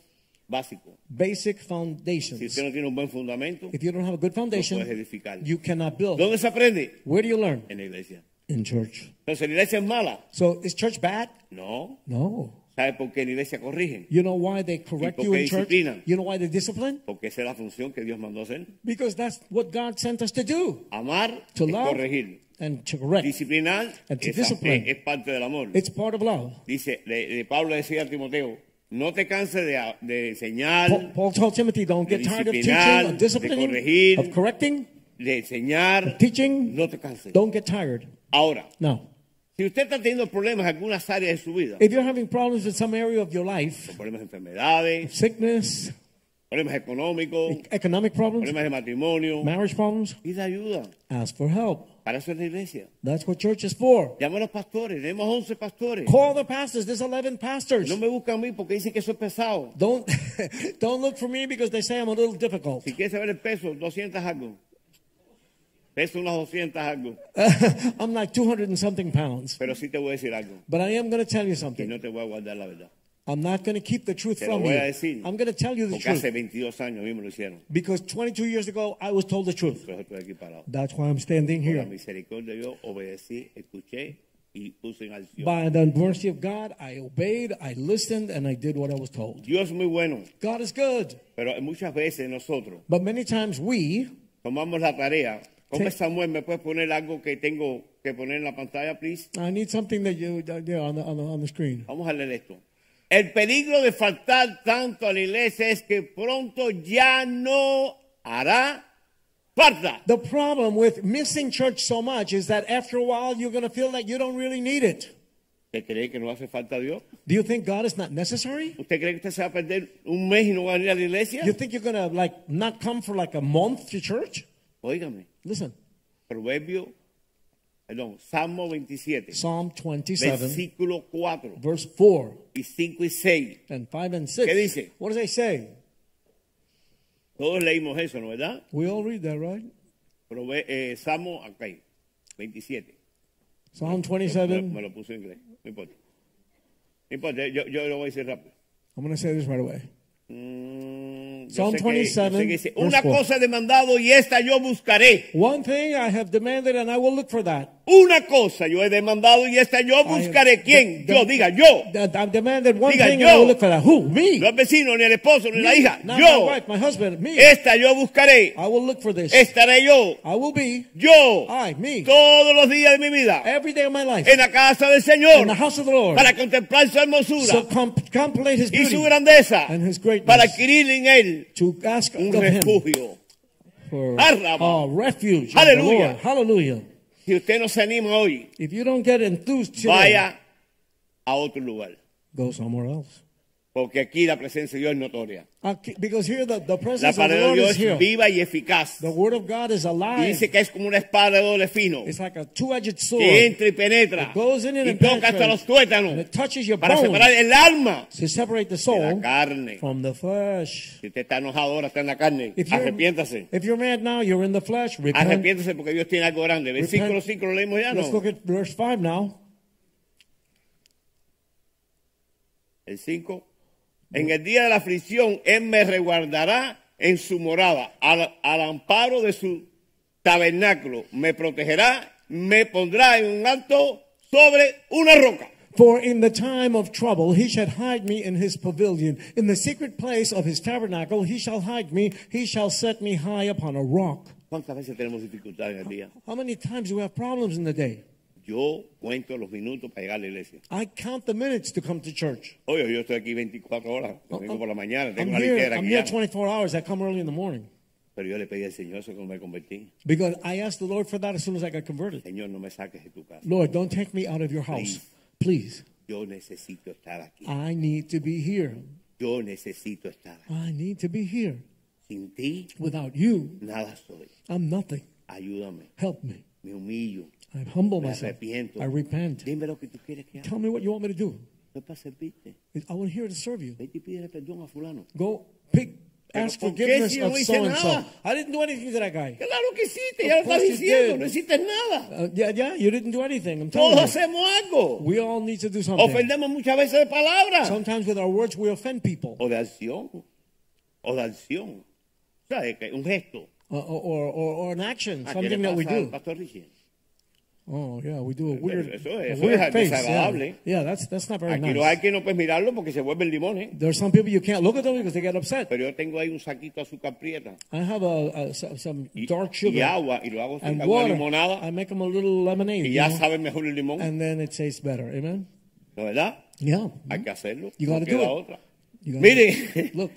básicos.
Basic
Si
foundations.
usted no tiene un buen fundamento,
If you don't have a good
No puedes
foundation,
edificar.
you cannot build.
¿dónde se aprende?
Where do you learn?
En la iglesia.
In church.
Entonces, ¿la iglesia es mala?
So is church bad?
No.
No.
¿Sabe por qué en la iglesia corrigen?
You know why they correct you in church?
disciplinan.
You know why they discipline?
Porque esa es la función que Dios mandó hacer.
Because that's what God sent us to do.
Amar
To
es
love
corregir.
and to correct.
Disciplinar
And to
es,
discipline.
es parte del amor.
It's part of love.
Dice, le, le Pablo decía a Timoteo, no te canses de, de enseñar,
Paul, Paul told Timothy, don't
de
get tired of
disciplinar,
teaching, of
de
disciplining,
corregir.
of correcting,
de enseñar,
teaching.
no te canses.
Don't get tired.
Ahora,
No.
si usted está teniendo problemas en algunas áreas de su vida,
If you're having problems in some area of your life,
problemas de enfermedades,
sickness,
problemas económicos,
economic problems,
problemas de matrimonio,
marriage problems,
pida ayuda.
ask for help.
Para eso es la iglesia.
That's what church is for.
Llama a los pastores, tenemos 11 pastores.
Call the pastors. There's 11 pastors.
No me busca a mí porque dicen que soy pesado.
Don't don't look for me because they say I'm a little difficult.
Si quieres saber el peso, 200 algo. Peso unas 200 algo.
I'm like 200 and something pounds.
Pero sí te voy a decir algo.
But I am going to tell you
Que
something.
no te voy a guardar la verdad.
I'm not going to keep the truth
Te lo
from
voy
you.
a decir.
I'm going to tell you the
Porque
truth
hace 22 años mismo lo hicieron.
because 22 years ago I was told the truth.
Por eso estoy aquí parado.
That's why I'm standing
Por la
here.
misericordia de Dios, obedecí, escuché y puse en acción.
By the mercy of God, I obeyed, I listened, and I did what I was told.
Dios es muy bueno,
God is good.
pero muchas veces nosotros
But many times we,
tomamos la tarea. ¿Cómo
Sí.
es Samuel? ¿Me puedes poner algo que tengo que poner en la pantalla, please?
I need something that you, that- yeah, on the, on the, on the screen.
Vamos a leer esto. El peligro de faltar tanto a la iglesia es que pronto ya no hará falta.
The problem with missing church so much is that after a while you're going to feel like you don't really need it.
¿Usted cree que no hace falta Dios?
Do you think God is not necessary?
¿Usted cree que usted se va a perder un mes y no va a venir a la iglesia?
You think you're going to like not come for like a month to church?
Óigame,
Listen,
Proverbio, perdón, Salmo 27,
Psalm 27,
versículo 4
verse 4.
y 5 y 6.
and 5 and 6.
¿Qué dice?
What does they say?
Todos leímos eso, ¿no verdad?
We all read that, right?
Prove- eh, Salmo, ok, 27.
Psalm
Me,
27.
me lo puse en inglés, no importa. No importa, yo, yo lo voy a decir rápido.
I'm going to say this right away.
Mm, yo
Psalm
sé que- yo sé
27,
que dice,
verse
una
four.
cosa he demandado y esta yo buscaré.
One thing I have demanded, and I will look for that.
Una cosa yo he demandado y esta yo
I have-
buscaré. ¿Quién?
the-
yo, diga yo.
That I've demanded one
Diga
thing, and I
yo.
will look for that. Who? Me.
No el vecino, ni el esposo, ni la
Me.
hija.
Not my
yo.
wife, my husband, me.
Esta yo buscaré.
I will look for this.
Estaré yo.
I will be,
Yo.
I, me,
Todos los días de mi vida.
every day of my life,
En la casa del
in
Señor.
the house of the Lord,
Para contemplar su hermosura.
so com- contemplate His
y
beauty,
su grandeza.
and His greatness.
Para adquirir en él
to ask
un
of Him
refugio.
for
Arraba.
uh, refuge. in the
Hallelujah.
Lord. Hallelujah.
Si usted no se anima hoy,
If you don't get enthused today,
vaya a otro lugar.
go somewhere else.
Porque aquí la presencia de Dios es notoria.
Okay, because here the, the
La
presence of the
palabra de
Lord
Dios
is
es
here.
viva y eficaz.
The word of God is
Y
alive.
dice que es como una espada de doble fino.
It's like a two-edged
que
sword.
entra y penetra
It goes in and
y
it
toca hasta
penetrates.
los tuétanos
And it touches your
para
bones
separar el alma
to separate the
de la
soul
carne.
from the flesh.
Si usted está enojado ahora, está en la carne,
If you're,
arrepiéntase.
if you're mad now, you're in the flesh. Repent.
Arrepiéntase porque Dios tiene algo grande. Versículo
Repent.
5 lo leímos ya,
Let's
¿no?
look at verse 5 now.
El 5. En el día de la aflicción, Él me resguardará en su morada, al, al amparo de su tabernáculo. Me protegerá, me pondrá en un alto sobre una roca.
For in the time of trouble he shall hide me in his pavilion. In the secret place of his tabernacle he shall hide me. He shall set me high upon a rock.
¿Cuántas veces tenemos dificultades en el día?
How many times do we have problems in the day?
Yo cuento los minutos para llegar a la iglesia.
I count the minutes to come to church.
Oye, yo estoy aquí 24 horas, domingo por la mañana,
I'm
tengo la
here,
litera
I'm
aquí.
here
ya.
24 hours. I come early in the morning.
Pero yo le pedí al Señor eso cuando me convertí.
Because I asked the Lord for that as soon as I got converted.
Señor, no me saques de tu casa.
Lord, don't take me out of your house. Please.
Yo necesito estar aquí.
I need to be here.
Yo necesito estar aquí.
I need to be here.
Sin ti,
Without you,
nada soy.
I'm nothing.
Ayúdame.
Help me.
Me humillo.
I humble
Me
myself.
arrepiento.
I repent.
Dime lo que tú quieres que haga.
Tell me what you want me to do.
No es para servirte.
I want here to serve you.
Ve y pídele perdón a fulano.
Go pick,
Pero
ask
¿por qué
forgiveness
si no
of
hice
so and so.
nada?
I didn't do anything to that guy.
Claro que hiciste,
Of
ya lo estás
course you
diciendo.
did.
No hiciste nada.
Uh, yeah, yeah, you didn't do anything. I'm
Todos
telling you.
hacemos algo.
We all need to do something.
Ofendemos muchas veces de palabras.
Sometimes with our words we offend people,
o de acción. O de acción. ¿Sabes qué? Un gesto.
uh, or, or, or an action,
Ah, ¿qué le
something that we
pasa al
do.
Pastor Richie?
Oh yeah, we do a weird,
eso
a
es
weird face. Yeah.
desagradable.
yeah, that's that's not very
Aquí no hay
nice.
que no puedes mirarlo porque se vuelven limones.
There are some people you can't look at them because they get upset.
Pero yo tengo ahí un saquito de azúcar prieta
I have a, a some- some
y,
dark
y
sugar
agua y lo hago
and
sacar una
water.
limonada
I make them a little lemonade,
y
you
ya
know,
sabe mejor el limón.
and then it tastes better. Amen.
¿No verdad?
Yeah.
Hay que hacerlo.
You
no
gotta do
queda
it.
otra.
You gotta-
Mire,
Look,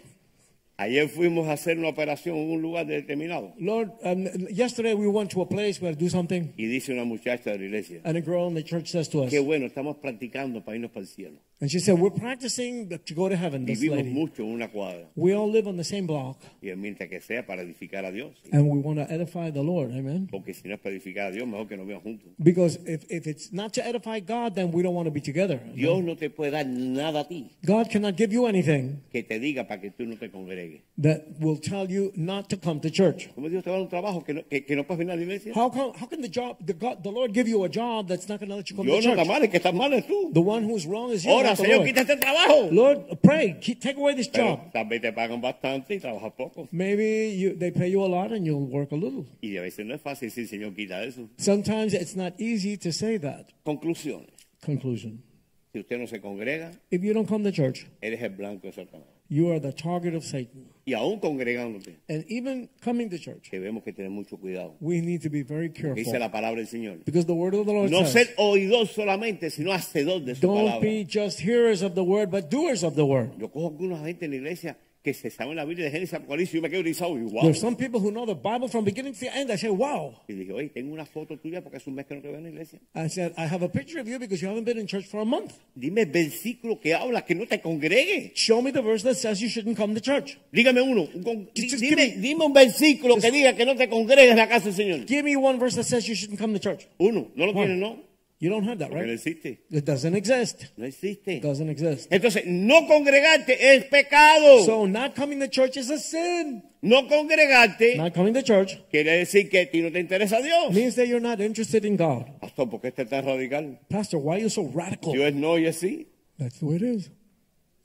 ayer fuimos a hacer una operación en un lugar determinado
Lord, um, yesterday we went to a place where to do something,
y dice una muchacha de la iglesia,
and a girl in the church says to us,
qué bueno, estamos practicando para irnos para el cielo.
and she said, We're practicing to go to heaven, this
Vivimos
lady.
mucho en una cuadra
We all live on the same block,
y es mientras que sea para edificar a Dios.
and we want to edify the Lord. Amen.
Porque si no es para edificar a Dios, mejor que nos vean juntos.
Because if, if it's not to edify God, then we don't want to be together.
Dios no te puede dar nada a ti
God cannot give you anything
que te diga para que tú no te congregues.
that will tell you not to come to church.
¿Cómo Dios te va a dar un trabajo que no, que, que no puedes venir a la iglesia?
How, come, how can the job the, God, the Lord give you a job that's not going to let you come
Yo
to
no está
church?
mal, el que está mal es tú.
The one who's wrong is you.
Ahora,
not the
Señor,
Lord.
quita este trabajo.
Lord, pray, keep, take away this job.
Pero también te pagan bastante y trabajas poco.
Maybe you, they pay you a lot and you'll work a little.
Y a veces no es fácil decir, Señor, quita eso.
Sometimes it's not easy to say that.
Conclusiones.
Conclusion.
Si usted no se congrega,
If you don't come to church,
eres el blanco de Satanás.
you are the target of Satan.
Y aún congregándote,
And even coming to church,
debemos que tener mucho cuidado.
we need to be very
Dice
careful.
la palabra del Señor.
Because the word of the Lord
No
says,
ser oidor solamente, sino hacedor de su
don't
palabra.
be just hearers of the word, but doers of the word.
Yo cojo alguna gente en la iglesia que se sabe la Biblia de Génesis Apocalipsis y yo me quedo rizado y wow.
There's some people who know the Bible from beginning to end. I say, wow.
Y dije, oye, tengo una foto tuya porque hace un mes que no te veo en la iglesia.
I said, I have a picture of you because you haven't been in church for a month.
Dime el versículo que habla que no te congregue.
Show me the verse that says you shouldn't come to church.
Dígame uno. un con- di-
Just
dime,
give
dime un versículo que
Just-
diga que no te congregues en la casa del Señor.
Give me one verse that says you shouldn't come to church.
Uno. No lo
One.
tienes, no.
You don't have that,
Porque no
right?
existe.
It doesn't exist.
No existe.
It doesn't exist.
Entonces, no congregarte es pecado.
So not coming to church is a sin.
no congregarte
Not coming to church
quiere decir que a ti no te interesa Dios.
means that you're not interested in God.
Pastor, ¿por qué este es tan radical?
Pastor, why are you so radical?
Dios es no y es sí.
That's the way it is.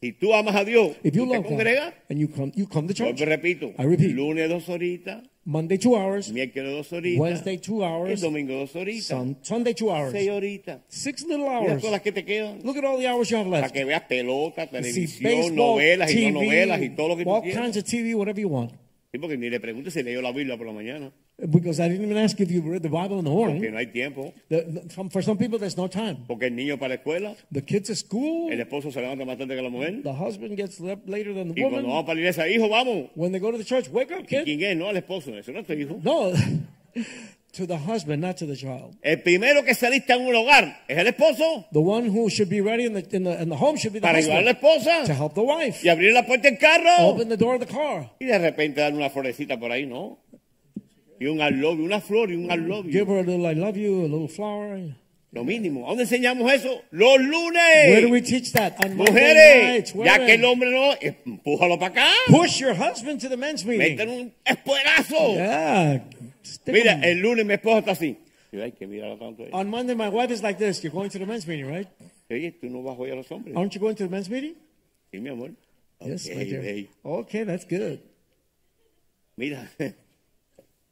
Si tú amas a Dios,
If you
¿tú te
love God
congregas.
and you come, you come to church.
Vuelvo y repito.
I repeat.
Lunes dos horitas,
Monday two hours,
miércoles dos horitas,
Wednesday two
el
hours,
domingo dos horitas,
Sun- Sunday two
seis
hours,
horitas.
six little
Mira
hours.
todas las que te quedan.
Look at all the hours you have
Para
left.
que veas pelota,
You see
televisión,
baseball,
novelas y no novelas y todo lo que
TV,
tú
all
quieras.
kinds of TV, whatever you want.
Sí, porque ni le preguntes si leyó la Biblia por la mañana,
Because I didn't even ask if you read the Bible in the
que
morning.
no hay tiempo,
The- some- for some people, there's no time.
porque el niño para la escuela,
The kids at school,
el esposo se levanta más tarde que la mujer,
the husband gets up later than the
y cuando
woman.
vamos para la iglesia, hijo, vamos.
When they go to the church, wake up,
¿Y
kid.
quién es? No, al esposo, eso no es tu hijo.
No, to the husband, not to the child.
El primero que se alista en un hogar es el esposo,
The one who should be ready in the, in the, in the home should be the
para ayudar a la
husband to
esposa,
help the wife.
y abrir la puerta del carro,
Open the door of the car.
y de repente darle una florecita por ahí, ¿no? Y un al lobby, una flor y un al lobby.
Give her a little I love you, a little flower.
Lo mínimo. ¿A dónde enseñamos eso? Los
Where do we
lunes.
teach that? On Monday nights.
Mujeres, ya que el
women.
hombre no, empújalo para acá.
Push your husband to the men's
Meten
meeting.
un espuelazo.
Yeah. Stick
Mira, eh.
him.
el lunes mi esposa está así. Yo, ay, que mira tanto. ahí.
On Monday, my wife is like this. You're going to the men's meeting, right?
Oye, tú no vas hoy a los hombres.
Ah, Aren't you going to the men's meeting?
Sí, mi amor.
Yes,
Ok,
my dear.
hey.
Okay, that's good.
Mira,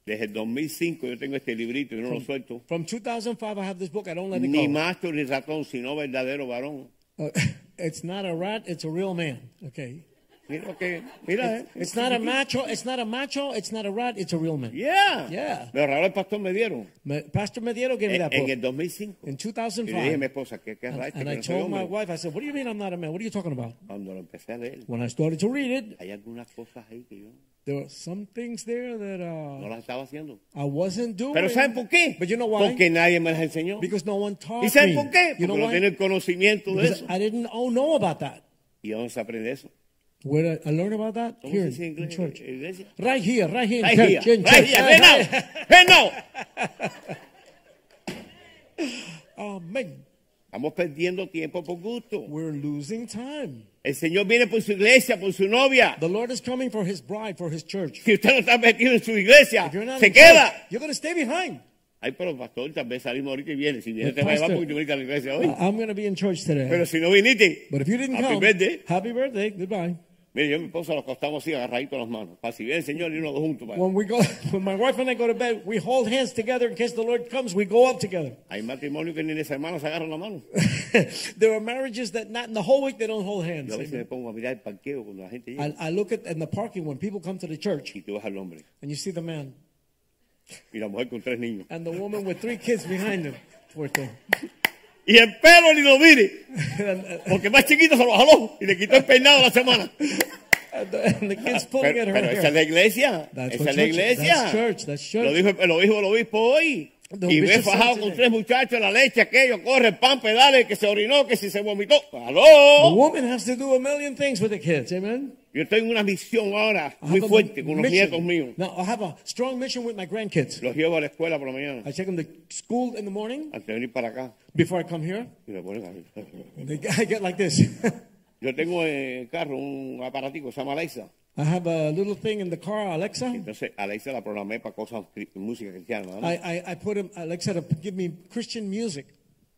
desde el 2005 yo tengo este librito y no lo suelto.
From 2005, I have this book. I don't let it
Ni
go.
macho ni ratón, sino verdadero varón.
Uh, it's not a rat. It's a real man. Okay.
Mira lo que, mira, eh.
It's not a macho. It's not a macho. It's not a rat. It's a real man.
Yeah.
Yeah.
Me ahorraron el pastor me dieron eh,
Ma- Pastor Mediero gave me
en,
that
en el
book
2005.
in
Y le dije a
2005.
mi esposa, ¿qué, qué
And,
raíz?
and
que
I
no soy
told my
hombre?
wife, I said, "What do you mean I'm not a man? What are you talking about?"
Cuando lo empecé a leer,
When I started to read it,
hay algunas cosas ahí que yo
there were some things there that
no
uh,
las estaba haciendo.
I wasn't doing.
Pero ¿saben por qué?
eh, But you know why?
Porque nadie me las enseñó.
Because no one taught
¿Y saben
me.
por qué? Porque
You know
no
why?
tienen conocimiento de
Because
eso.
I didn't oh, know about that.
¿Y dónde se aprende eso?
Where did I, I learned about that?
¿Cómo
Here
se dice en
in
inglés?
church.
en iglesia?
Right here, right here in
Right
church.
here,
in
right
church.
here, right now, right now.
Amen.
Estamos perdiendo tiempo por gusto.
We're losing time.
El Señor viene por su iglesia, por su novia.
The Lord is coming for His bride, for His church.
Si usted no está metido en su iglesia,
If you're not
se
in church,
queda.
you're going to stay behind.
Ay, pero pastor, tal vez salimos ahorita y viene. Si viene,
But
te va a llevar
Pues, pastor-
porque tú viniste a la iglesia
I-
hoy.
I'm going to be in church
Pero
today.
si no viniste,
But if you didn't
Happy
come,
birthday.
happy birthday. Goodbye.
mire, yo y mi esposa nos acostamos así agarraditos las manos. Para si viene el Señor y uno dos juntos. Para.
When we go, when my wife and I go to bed, we hold hands together in case the Lord comes. We go up together.
Hay matrimonios que ni las hermanas se agarran la mano.
there are marriages that not in the whole week they don't hold hands.
Yo a veces me pongo a mirar el parqueo cuando la gente llega.
I, I look at in the parking when people come to the church
Y tú vas al hombre.
and you see the man
Y la mujer con tres niños.
and the woman with three kids behind them. Poor thing.
Y el pelo ni lo mire. Porque más chiquito se lo jaló y le quitó el peinado la semana.
And the, and the kids pulling
Pero,
at her
pero esa es la
hair.
iglesia.
That's
esa
what
es la
church is.
iglesia.
That's church. That's church.
Lo dijo, lo dijo el obispo hoy.
The
y ve
bishop said
fajado con
today.
tres muchachos, la leche, aquello, corre, pan, pedales, que se orinó, que si se vomitó.
The
¡Aló!
woman has to do a million things with the kids. Amen.
Yo estoy en una misión ahora
I
muy
have a
fuerte con los
mission.
nietos míos.
Now I have a strong mission with my grandkids.
Los llevo a la escuela por la mañana,
I take them to school in the morning
antes de venir para acá.
before I come here.
Y me ponen ahí.
They, I get like this.
Yo tengo en el carro un aparatico, se llama Alexa.
I have a little thing in the car, Alexa.
Entonces, Alexa la programé para cosas, cri- música cristiana. ¿no?
I, I, I put him, Alexa, to give me Christian music.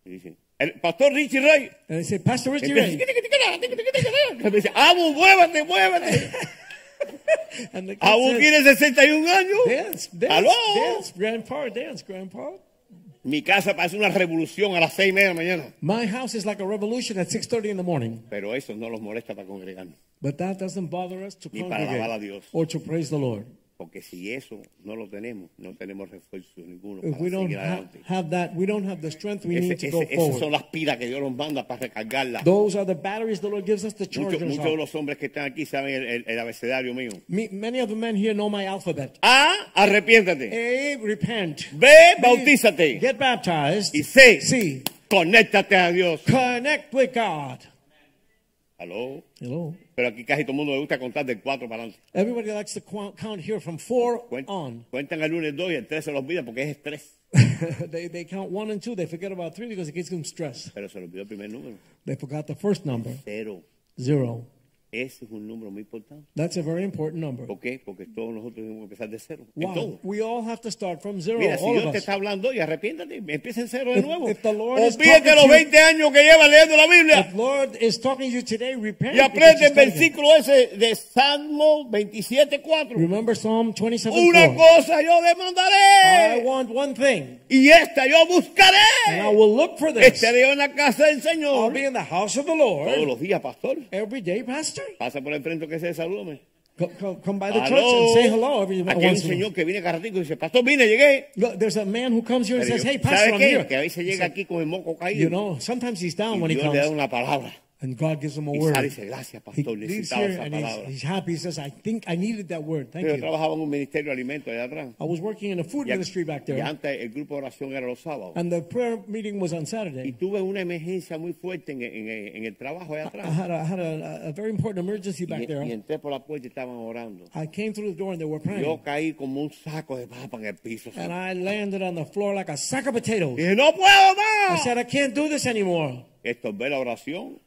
Y dice, el pastor Richie Ray.
And I say, Pastor Richie
Entonces,
Ray.
Me dice, Abu, muévete, muévete.
And the kid
Abu
says,
tiene 61 años.
Dance, dance,
Hello?
dance, grandpa, dance, grandpa.
Mi casa parece una revolución a las seis y media de la mañana.
My house is like a revolution at 6.30 in the morning.
Pero eso no los molesta para congregarnos.
But that doesn't bother us to
Ni para alabar a
congregate
Dios.
or to praise the Lord.
Porque si eso no lo tenemos, no tenemos refuerzo ninguno
If
para
Pues we don't
seguir
ha-
adelante.
have that, we don't have the strength we
Ese-
need to go
ese- esas son
forward.
las pilas que Dios nos manda para recargarlas.
Those are the batteries the Lord gives us to charge
Muchos
us
muchos de
up.
los hombres que están aquí saben el, el- el abecedario mío.
Me- Many of the men here know my alphabet.
A, arrepiéntate.
A, repent. E,
B, bautízate.
Get baptized.
Y C,
C,
conéctate a Dios.
connect with God.
Aló.
Hello.
Pero aquí casi todo el mundo le gusta contar del 4 para adelante.
Everybody likes to qu- count here from four
Cuen-
on.
Cuentan el lunes 2 y el 3 se los olvida porque es estrés.
they, they count one and two. They forget about three because it gives them stress.
Pero se los olvidó el primer número.
They forgot the first number,
Cero.
zero.
Ese es un número muy importante.
That's a very important number.
¿Por qué? Porque todos nosotros tenemos que empezar de cero. En
Wow.
todo.
We all have to start from zero.
Mira, si
all
Dios
of
te
us.
está hablando hoy, arrepiéntate, empieza en cero de
If-
nuevo.
if the Lord is
Olvídate
talking
los
to you-
20 años que lleva leyendo la
If
Biblia
Lord is talking to you today, repent.
y aprende el
because he's talking.
versículo ese de Salmo 27.4.
Remember Psalm 27.
Una cosa yo
I
demandaré
want one thing,
y esta yo
and I
buscaré.
will look for this.
Estaré en la casa del
I'll
Señor.
be in the house of the
Todos
Lord
los días, pastor.
every day, Pastor.
Pasa por el frente que se salúdame.
Come, come, come by the church and
Aló.
say hello every
Aquí hay
once in
un
a while.
señor que viene carratico y dice, pastor, vine, llegué.
Look, there's a man who comes here and
Pero
says,
yo,
"Hey, Pastor,
¿Sabe
I'm
qué?
here."
Que a veces llega aquí con el moco
You
caído.
know, sometimes he's down
Y
when he
Dios le da
comes,
una palabra.
and God gives him a
Y sale y
word.
dice, gracias,
He
pastor,
leaves
necesitaba
here
esa
and he's,
palabra.
he's happy. He says, "I think I needed that word. Thank
Yo
you."
trabajaba en un ministerio de alimentos allá atrás.
I was working in a food
Y, a-
ministry back
y
there,
antes el grupo de oración era los sábados.
and the prayer meeting was on
Y
Saturday.
tuve una emergencia muy fuerte en, en- en el trabajo allá
I
atrás.
had a, I had a, a very important emergency Uh-huh. back
Y, y
there.
entré por la puerta y estaban orando.
I came through the door and they were praying,
Yo caí como un saco de papa en el piso. Y
and I landed on the floor like a sack of potatoes.
dije, no puedo
I
más.
said, "I can't do this anymore."
Estorbé la oración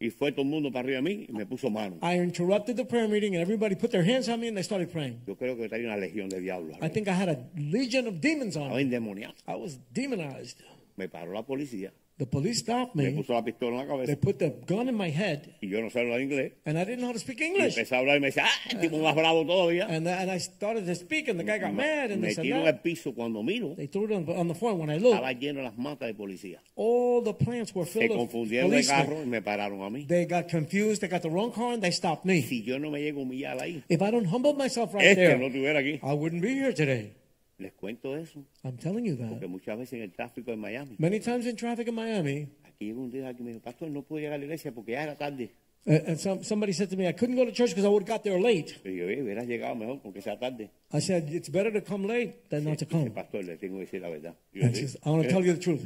y fue todo el mundo para arriba de mí y me puso mano.
I interrupted the prayer meeting, and everybody put their hands on me and they started praying.
Yo creo que traía una legión de diablos.
I think I had a legion of demons on
Estaba
me.
endemoniado.
I was demonized.
Me paró la policía.
The police stopped me.
Me puso la pistola en la cabeza.
They put the gun in my head,
Y yo no sé hablar inglés.
and I didn't know how to speak
Y
English. Eh,
empecé a hablar y me decía, ah, el tipo más bravo todavía.
And, and I started to speak, and the guy got mad, and
Me
this and
tiro al
that.
piso cuando miro.
They threw it on, on the floor. When I
Estaba
looked,
lleno las matas de policía.
all the plants were
Se
filled with
confundieron de
policemen.
carro y me pararon a mí.
They got confused. They got the wrong car, and they stopped me.
Si yo no me llego a humillar ahí,
If I don't humble myself right
es que
there,
no estuviera aquí.
I wouldn't be here today.
Les cuento eso,
I'm telling you
porque
that.
muchas veces en el tráfico de Miami,
Many times in traffic in Miami,
aquí llegó un día que me dijo, pastor, no puedo llegar a la iglesia porque ya era tarde.
uh, and some, somebody said to me, I couldn't go to church because I would have got there late.
Le dije, oye, hubieras llegado mejor porque sea tarde.
I said, it's better to come late than not to
Dice,
come.
pastor, le tengo que decir la verdad. Y yo
And
le
she
dije, "Eh,
says, I want to tell you the truth.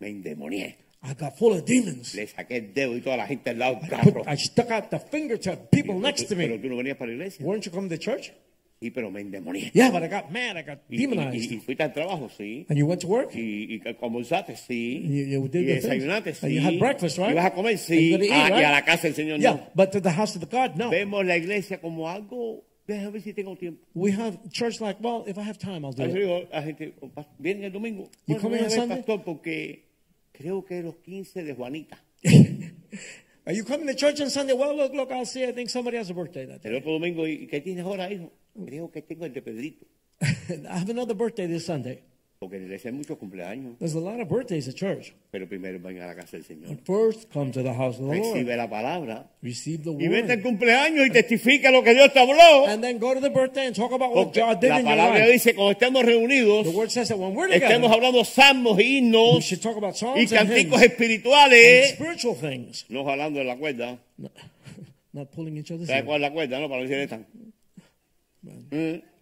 me endemonié.
I got full of demons.
Le saqué el dedo y toda la gente al lado del
I, put-
carro.
I stuck out the finger to people
Pero
next
tú-
to
Pero
me.
tú no venías para la iglesia.
Weren't you coming to church?
Sí, pero me endemonié.
Yeah, but I got mad. I got
Y, y,
demonized.
y- y fuiste al trabajo, sí.
And you went to work?
Y, y almorzaste, sí.
You- you did
y
the things.
desayunaste, sí.
And you had breakfast, right?
Y vas a comer,
And
sí.
you're gonna eat,
Ah, Y
right?
a la casa del Señor,
Yeah,
no.
but to the house of the God, no.
Vemos la iglesia como algo. Déjame ver si tengo tiempo.
We have church like, well, if I have time, I'll do
Así
it.
digo, la gente, "Oh, pas- vienen el domingo.
You
Bueno,
coming
voy a
on
ver,
Sunday?
pastor, porque creo que es los 15 de Juanita.
Are you coming to church on Sunday? Well, look, look, I'll see. I think somebody has a birthday that day.
El otro domingo, ¿y qué tienes ahora, hijo?
Mm.
Creo que tengo el de Pedrito.
I have another birthday this Sunday.
Porque en la iglesia hay muchos cumpleaños.
There's a lot of birthdays at church.
Pero primero ven a la casa del Señor.
First, come to the house of the Lord.
Recibe la palabra.
Receive the
Y vete al
word.
cumpleaños y testifica lo que Dios te habló.
And then go to the birthday and talk about what
Porque
God did
la
in your
palabra
life.
dice, cuando estemos reunidos,
The word says that when we're
estemos
together,
hablando salmos,
we
himnos
should talk about
y
psalms and
canticos E.
hymns and
espirituales.
spiritual things.
No jalando de la cuerda.
No- Not pulling each other's
¿Sabes
hair.
cuál es la cuerda? No, para decir esta.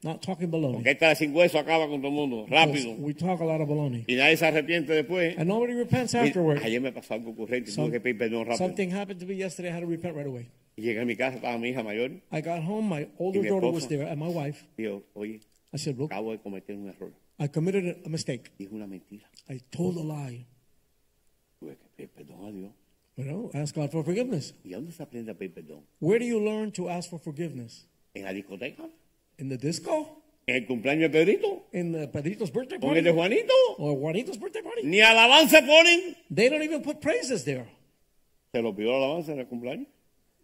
Not talking baloney.
Porque esta de sin hueso acaba con todo el mundo. Rápido.
We talk a lot of baloney.
Y nadie se arrepiente después.
And nobody repents
Y-
afterward.
Ayer me pasó algo ocurrente.
Some-
Tuve que pedir perdón rápido.
something happened to me yesterday. I had to repent right away.
Y llegué a mi casa, estaba mi hija mayor.
I got home. My older
Y mi
daughter was
esposa.
there and my wife.
Digo, oye,
I said, Look,
acabo de cometer un error.
I committed a- a mistake.
Dije una mentira.
I told a lie.
Tuve que pedir perdón a Dios.
You know, ask God for forgiveness.
¿Y a dónde se aprende a pedir perdón?
Where do you learn to ask for forgiveness?
¿En la discoteca?
In the disco?
¿En el cumpleaños de Pedrito?
In the Pedrito's birthday
¿Con el de
party?
Juanito?
Or Juanito's birthday party?
Ni alabanza ponen.
They don't even put praises there.
Se lo pidió la alabanza en el cumpleaños.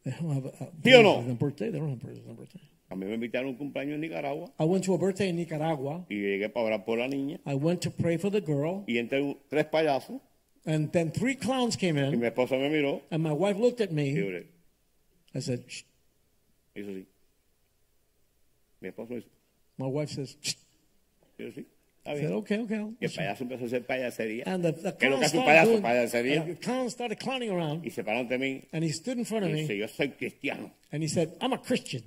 They don't have a, a
¿Sí o
praises
no?
on birthday. They don't have praises on birthday.
A mí me invitaron a un cumpleaños en Nicaragua
I went to a birthday in Nicaragua.
y llegué para orar por la niña.
I went to pray for the girl,
Y entre un- tres payasos
and then three clowns came
y mi
in,
esposa me miró
and my wife looked at
y yo
me.
le
I said, Shh.
hizo así. Mi esposo hizo,
My wife says, Shh.
yo sí. Está
I said,
bien.
okay, okay. I'll-
Y el payaso empezó a hacer payasería.
And the, the
¿Qué es lo
clown
que hace un
started,
payaso?
doing,
Payasería.
and the clown started clowning around,
Y se paró ante mí
and he stood in front
y
of
dice,
me,
yo soy cristiano.
and he said, I'm a Christian.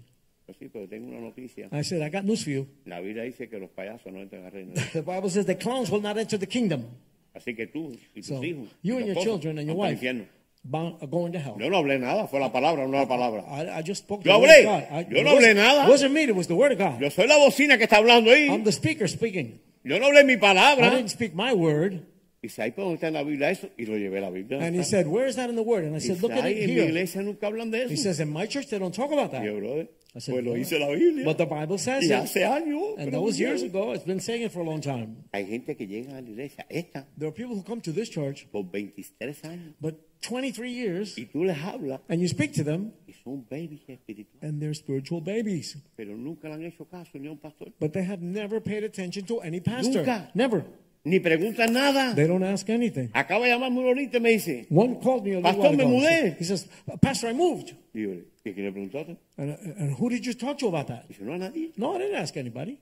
Yo sí, pero tengo una noticia.
I said, I got news for you.
La Biblia dice que los payasos no entran al reino. de Dios.
The Bible says the clowns will not enter the kingdom.
Así que tú y tus
So,
hijos. y
you
tu
and your
esposo
children and your
van para
wife.
el infierno.
Bound, are going to hell.
Yo no hablé nada, fue la palabra, no la palabra.
I, I just spoke
Yo
the word
hablé.
of God. I,
Yo
it
no hablé
wasn't-
nada.
It wasn't me, it was the word of God.
Yo soy la bocina que está hablando
I'm
ahí.
the speaker speaking.
Yo no hablé mi
I
palabra.
didn't speak my word.
Y dice, ahí por dónde está en la Biblia eso. Y lo llevé a la Biblia.
And he said, Where is that in the word? And I
Dice,
said, Look at
"Ay,
it
en mi
here.
iglesia nunca hablan de
He
eso.
says, In my church, they don't talk about
Y yo,
that.
brother,
I said,
pues lo
"Well,
dice la Biblia.
But the Bible says
Y
it.
hace años.
And
pero
that was
mira,
years ago. It's been saying it for a long time.
Hay gente que llega a la iglesia esta
There are people who come to this church,
por 23 años
but 23 years,
y tú les hablas
and you speak to them,
y son babies espirituales,
and they're spiritual babies.
pero nunca le han hecho caso ni a un pastor.
But they have never paid attention to any pastor.
Nunca.
Never.
Ni preguntan nada.
They don't ask anything.
Acaba de llamarme una horita y me dice,
One called me a little
Pastor,
while
me
ago.
mudé.
He says, Pastor, I moved.
y yo, ¿qué quiere preguntarte?
And, and who did you talk to about that?
Dice, no a nadie.
No, I didn't ask anybody.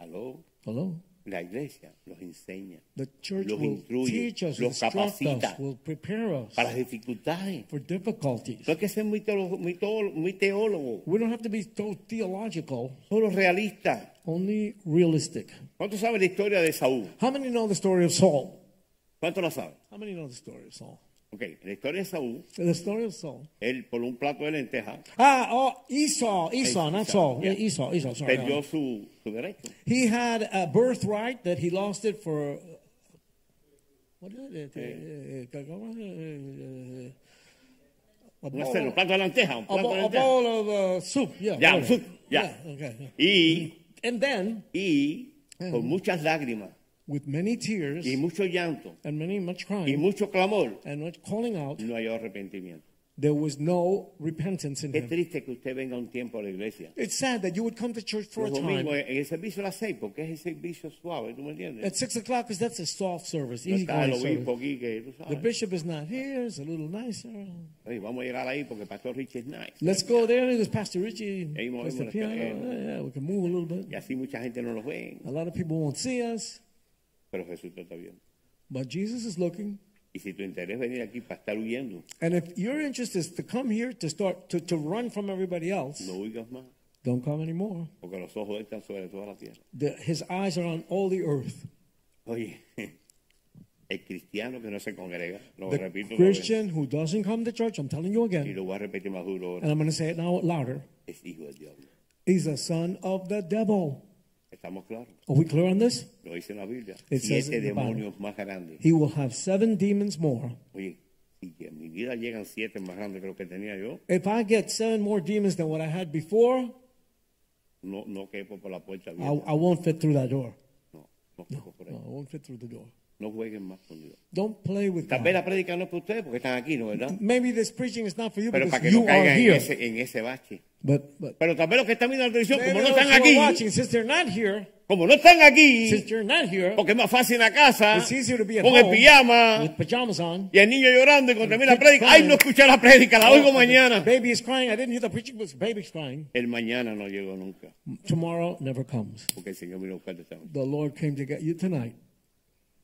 Aló,
Hello.
la iglesia los enseña
The church
Los
will
instruye,
teach us,
los
instruct
capacita.
us, will prepare us
para las dificultades.
for difficulties.
No hay que ser muy, teolo- muy teolo- muy teólogo,
We don't have to be so theological,
solo realista.
only realistic.
¿Cuántos saben la historia de Saúl?
How many know the story of Saul?
¿Cuántos la saben?
How many know the story of Saul?
Ok, la historia de Saúl,
The story of Saul.
él por un plato de lentejas
Ah, oh, Esau, Esau, not
Esau,
Saul.
yeah.
Esau, Esau, sorry.
perdió su, su derecho.
He had a birthright that he lost it for. What is it? Uh, uh, eh, uh, a
No
bowl-
sé, un plato de lentejas, un
a,
plato
bo-
de
a
lentejas.
bowl of uh, soup, yeah.
Ya,
whatever.
soup, ya.
okay.
Y,
And then
y con muchas lágrimas
with many tears
y mucho llanto
and many much
y
crying
mucho clamor,
and much calling out,
no hay arrepentimiento.
there was no repentance in
Es
him.
triste que usted venga un tiempo a la iglesia.
It's sad that you would come to church for a
Los
time
domingos en el servicio a las seis, porque es el servicio suave, ¿tú me
at
entiendes?
six o'clock because eh. that's a soft service,
No
easy
está el
going service.
obispo aquí que tú
The
sabes.
bishop is not here; it's a little nicer.
Oye, vamos a llegar ahí porque el pastor Richie es nice.
Let's go there. There's Pastor Richie, plays the
movemos,
piano.
eh,
Yeah, yeah, we can move a little
Y
bit.
así mucha gente no los ve,
A lot of people won't see us,
pero Jesús te está viendo.
but Jesus is looking.
Y si tu interés es venir aquí para estar huyendo,
And if your interest is to come here to start to, to run from everybody else,
no huigas más,
don't come anymore.
porque los ojos de él están sobre toda la tierra.
The, his eyes are on all the earth.
Oye, el cristiano que no se congrega, lo
Oh, The
repito, otra vez,
Christian who doesn't come to church, I'm telling you
y
again,
lo voy a repetir más duro ahora,
and I'm going to say it now louder,
es hijo de Dios.
is a son of the devil.
¿Estamos claros?
Are we clear on this?
Lo dice en la Biblia.
It says
Siete
in the Bible.
demonios más grandes.
He will have seven demons more.
Oye, si que en mi vida llegan siete más grandes que los que tenía yo,
If I get seven more demons than what I had before,
no, no quepo por la puerta
I,
abierta.
I won't fit through that door.
No, no quepo por ahí.
No, I won't fit through the door.
No jueguen más con Dios.
Don't play with
Tal vez
God.
la prédica no es para ustedes porque están aquí, ¿no verdad?
Maybe this preaching is not for you
Pero para que
because you
no
are
caigan en
here.
ese, en ese bache.
But, but
Pero tal vez los que están viendo la televisión,
Maybe
como no
those
están
who are
aquí,
watching, since they're not here,
como no están
since
aquí,
you're not here,
porque es más fácil en la casa,
it's easier to be at
con el
home
pijama,
with pajamas on.
y el niño llorando y cuando termina la
kids
prédica, ay, no escuché la prédica, la oigo mañana.
Baby is crying. I didn't hear the preaching, but baby's crying.
El mañana no llegó nunca,
Tomorrow never comes.
porque el Señor vino a buscarte esta noche.
The Lord came to get you tonight.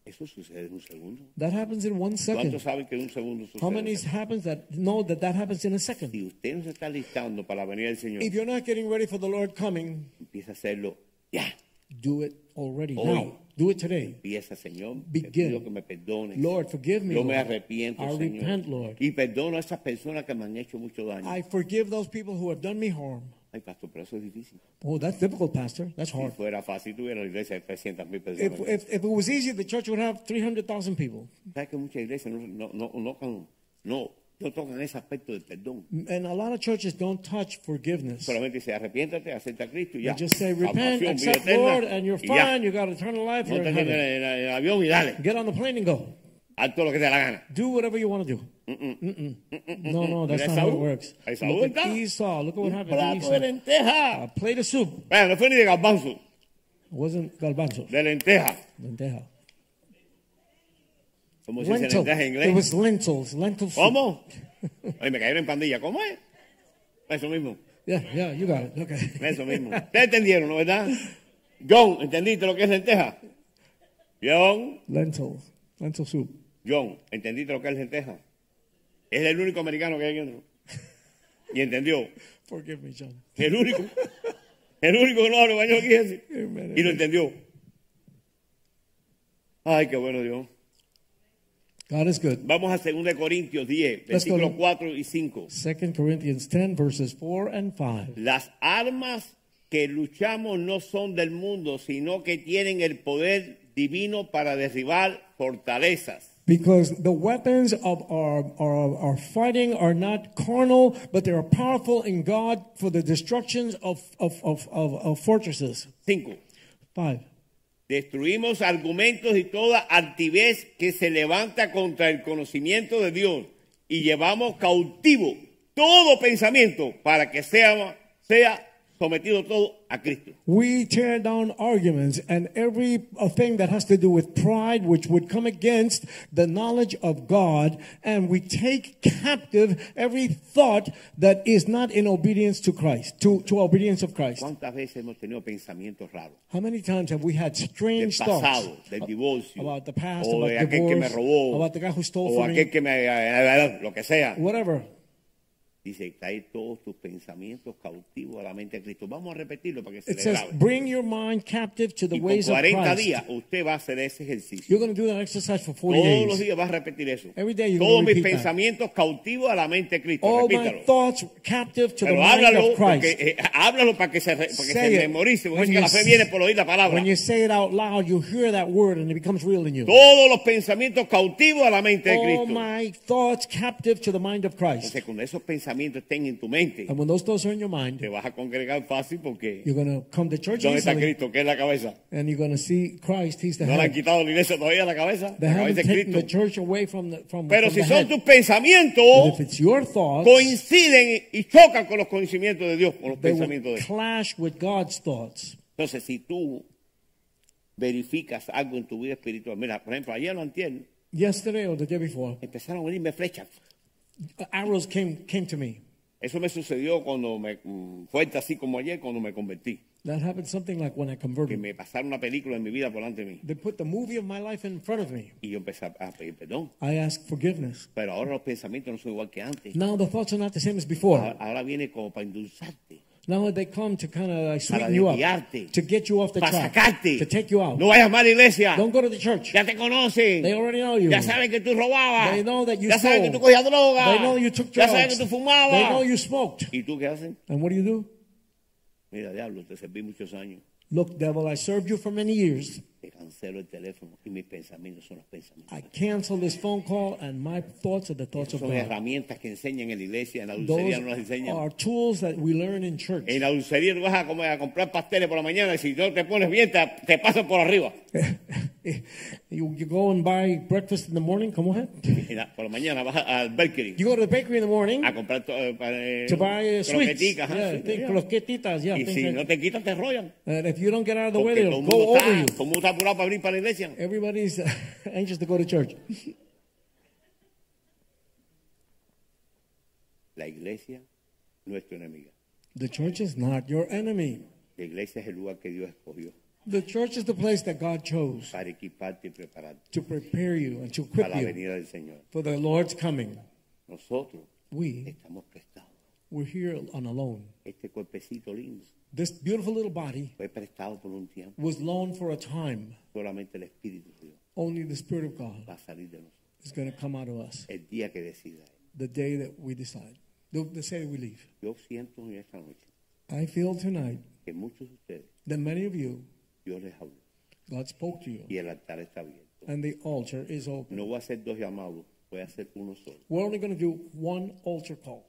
Eso sucede en un segundo.
That happens in one
¿Cuántos
second.
saben que en un segundo sucede?
How many happens that know that that happens in a second?
Si usted no se está listando para la venida del Señor,
If you're not getting ready for the Lord coming,
empieza a hacerlo ya.
do it already
Hoy.
now. Do it today.
Empieza, Señor. Te
Begin.
pido que me perdones.
Lord, forgive me,
Yo me
Lord.
arrepiento,
I
Señor.
repent, Lord.
Y perdono a esas personas que me han hecho mucho daño.
I forgive those people who have done me harm.
Ay, pastor, pero eso es difícil.
Oh, that's difficult, Pastor. That's
Si
hard.
fuera fácil, tuviera la iglesia de 300 mil personas.
If, if, if it was easy, the church would have 300,000 people.
¿Sabes que muchas iglesias no, no, no, no, can- no, no tocan ese aspecto del perdón?
And a lot of churches don't touch forgiveness.
Solamente dice, arrepiéntate, acepta a Cristo y
They
ya.
just say,
Salvación,
repent,
vida
accept
eterna,
Lord, and you're
y ya.
fine. You got eternal life.
No
You're
te
in
en el,
heaven.
en el avión y dale.
Get on the plane and go.
Haz todo lo que te dé la gana.
Do whatever you want to do. Mm-mm. No, no, that's
Mira
not how it
Esaú.
works.
Esaú
Look at
está.
Esau. Look at what
Un
happened to
plato de
Esau. A
lenteja.
plate of soup
Bueno, no fue ni de garbanzo,
wasn't galbanzo.
de lenteja.
Lenteja.
¿Cómo se dice
Lentil.
lenteja en
It
inglés?
was lentils. Lentil soup.
¿Cómo? Ay, me cayeron en pandilla. ¿Cómo es? Eso mismo,
Yeah, yeah, you got it. Okay.
eso mismo. Ustedes entendieron, ¿no verdad? John, ¿entendiste lo que es lenteja? John,
Lentils. Lentil soup.
John, ¿entendiste lo que es lenteja? Es el único americano que hay dentro. Y entendió.
Forgive me, John.
El único. El único que no habla español aquí es ese.
Amen.
Y lo entendió. Ay, qué bueno Dios.
God is good.
Vamos a 2 de Corintios 10,
Let's go.
versículos 4 y 5.
2 Corinthians 10, verses 4 and 5.
Las armas que luchamos no son del mundo, sino que tienen el poder divino para derribar fortalezas.
Because the weapons of our, our, our fighting are not carnal, but they are powerful in God for the destructions of, of, of, of, of fortresses.
5.
Five.
Destruimos argumentos y toda altivez que se levanta contra el conocimiento de Dios y llevamos cautivo todo pensamiento para que sea, sea sometido todo a Cristo.
We tear down arguments and every uh, thing that has to do with pride, which would come against the knowledge of God, and we take captive every thought that is not in obedience to Christ, to, to obedience of Christ.
¿Cuántas veces hemos tenido pensamientos raros?
How many times have we had
Del
strange thoughts?
pasado, del divorcio,
about the past,
o
about
de aquel que me
divorce,
robó,
about the guy who stole
o
from
aquel
me.
que me... eh, eh, lo que sea.
Whatever.
Dice, trae todos tus pensamientos cautivos a la mente de Cristo. Vamos a repetirlo para que se
It
le
says,
grabe.
bring your mind captive to the
Y por
ways of
40
Christ.
días usted va a hacer ese ejercicio.
You're going to do that exercise for 40
Todos los
days.
días vas a repetir eso.
Every day you're
Todos
gonna
mis
repeat that.
pensamientos cautivos a la mente de Cristo.
All my
Repítalo.
thoughts captive to the
Pero
mind
háblalo,
of
porque,
Christ.
eh, háblalo para que se, re- para que
Say
se
it.
memorice. Porque
When
dice que la
you
fe
s-
viene por oír la palabra.
When you say it out loud, you hear that word and it becomes real in you.
Todos los pensamientos cautivos a la mente de
All
Cristo.
my thoughts captive to the mind of Christ.
Entonces, con esos pensamientos estén en tu mente.
And when those thoughts are in your mind,
Te vas a congregar fácil porque
you're going to come to church
¿dónde está
easily,
Cristo? que es la cabeza?
and you're going to see Christ. He's the
No le han
head.
quitado la iglesia todavía la cabeza.
They
La
haven't
cabeza es
taken the
Cristo.
church away from the from,
Pero
from
si
the
son
head.
tus
But
pensamientos,
if it's your thoughts,
coinciden y chocan con los conocimientos de Dios, con los
they
pensamientos de
will
Dios.
clash with God's thoughts.
Entonces, si tú verificas algo en tu vida espiritual, mira, por ejemplo, ayer no entiendo,
Yesterday or the day before,
empezaron a venirme flechas.
arrows came came to me.
Eso me sucedió cuando me mm, fuerte así como ayer, cuando me convertí.
That happened something like when I
Que
converted.
me pasaron una película en mi vida por delante de mí.
They put the movie of my life in front of me.
Y yo empecé a pedir perdón.
I asked forgiveness.
Pero ahora los pensamientos no son igual que antes.
Now the thoughts are not the same as before.
Ahora, ahora viene como para endulzarte,
Now they come to kind of like
para
sweeten you up,
desviarte,
to get you off the
para
track,
sacarte.
to take you out.
No vayas más a la iglesia.
Don't go to the church.
Ya te conocen.
They already know you.
Ya saben que tú robabas.
They know that you
ya saben
stole.
que tú cogías droga.
They know you took
ya
drugs.
saben que tú fumabas.
They know you smoked.
¿Y tú qué haces?
And what do you do?
Mira, diablo, te serví muchos años.
Look, devil, I served you for many years.
Te cancelo el teléfono y mis pensamientos son los pensamientos.
I cancel this phone call, and my thoughts are the thoughts of
son
God.
herramientas que enseñan en la iglesia. En la dulcería no las
Ah, Those
enseñan.
are tools that we learn in church.
En la dulcería tú vas a, comer, a comprar pasteles por la mañana y si no te pones bien te, te pasan por arriba.
you, you go and buy breakfast in the morning. Come on.
En la- por la mañana vas a- al Bakery
You go to the bakery in the morning
a comprar to- eh, para, eh,
to buy uh, sweets.
croqueticas, ajá,
yeah,
sí,
think
ya.
croquetitas. Yeah,
Y
things
si
like
no
that.
te quitan te enrollan.
And if you don't get out of the way,
Porque todo
they'll go
el mundo
over
está,
you.
todo el mundo está apurado para abrir para la iglesia.
Everybody's anxious to go to church.
La iglesia no es tu enemiga.
The church is not your enemy.
La iglesia es el lugar que Dios escogió
The church is the place that God chose
para equiparte y prepararte
to prepare you and to
para
equip
la
you
venida del Señor.
for the Lord's coming.
Nosotros
We
estamos prestados.
were here on a loan.
Este cuerpecito lindo
This beautiful little body
fue prestado por un tiempo.
was loaned for a time.
Solamente el Espíritu de Dios
Only the Spirit of God
va a salir de nosotros.
is going to come out of us
El día que decida. Él.
the day that we decide, the, the day we leave.
Yo siento en esta noche
I feel tonight
que muchos de ustedes,
that many of you,
Dios les habló
God spoke to you,
y el altar está abierto.
and the altar is open.
No voy a hacer dos llamados, voy a hacer uno solo.
We're only going to do one altar call.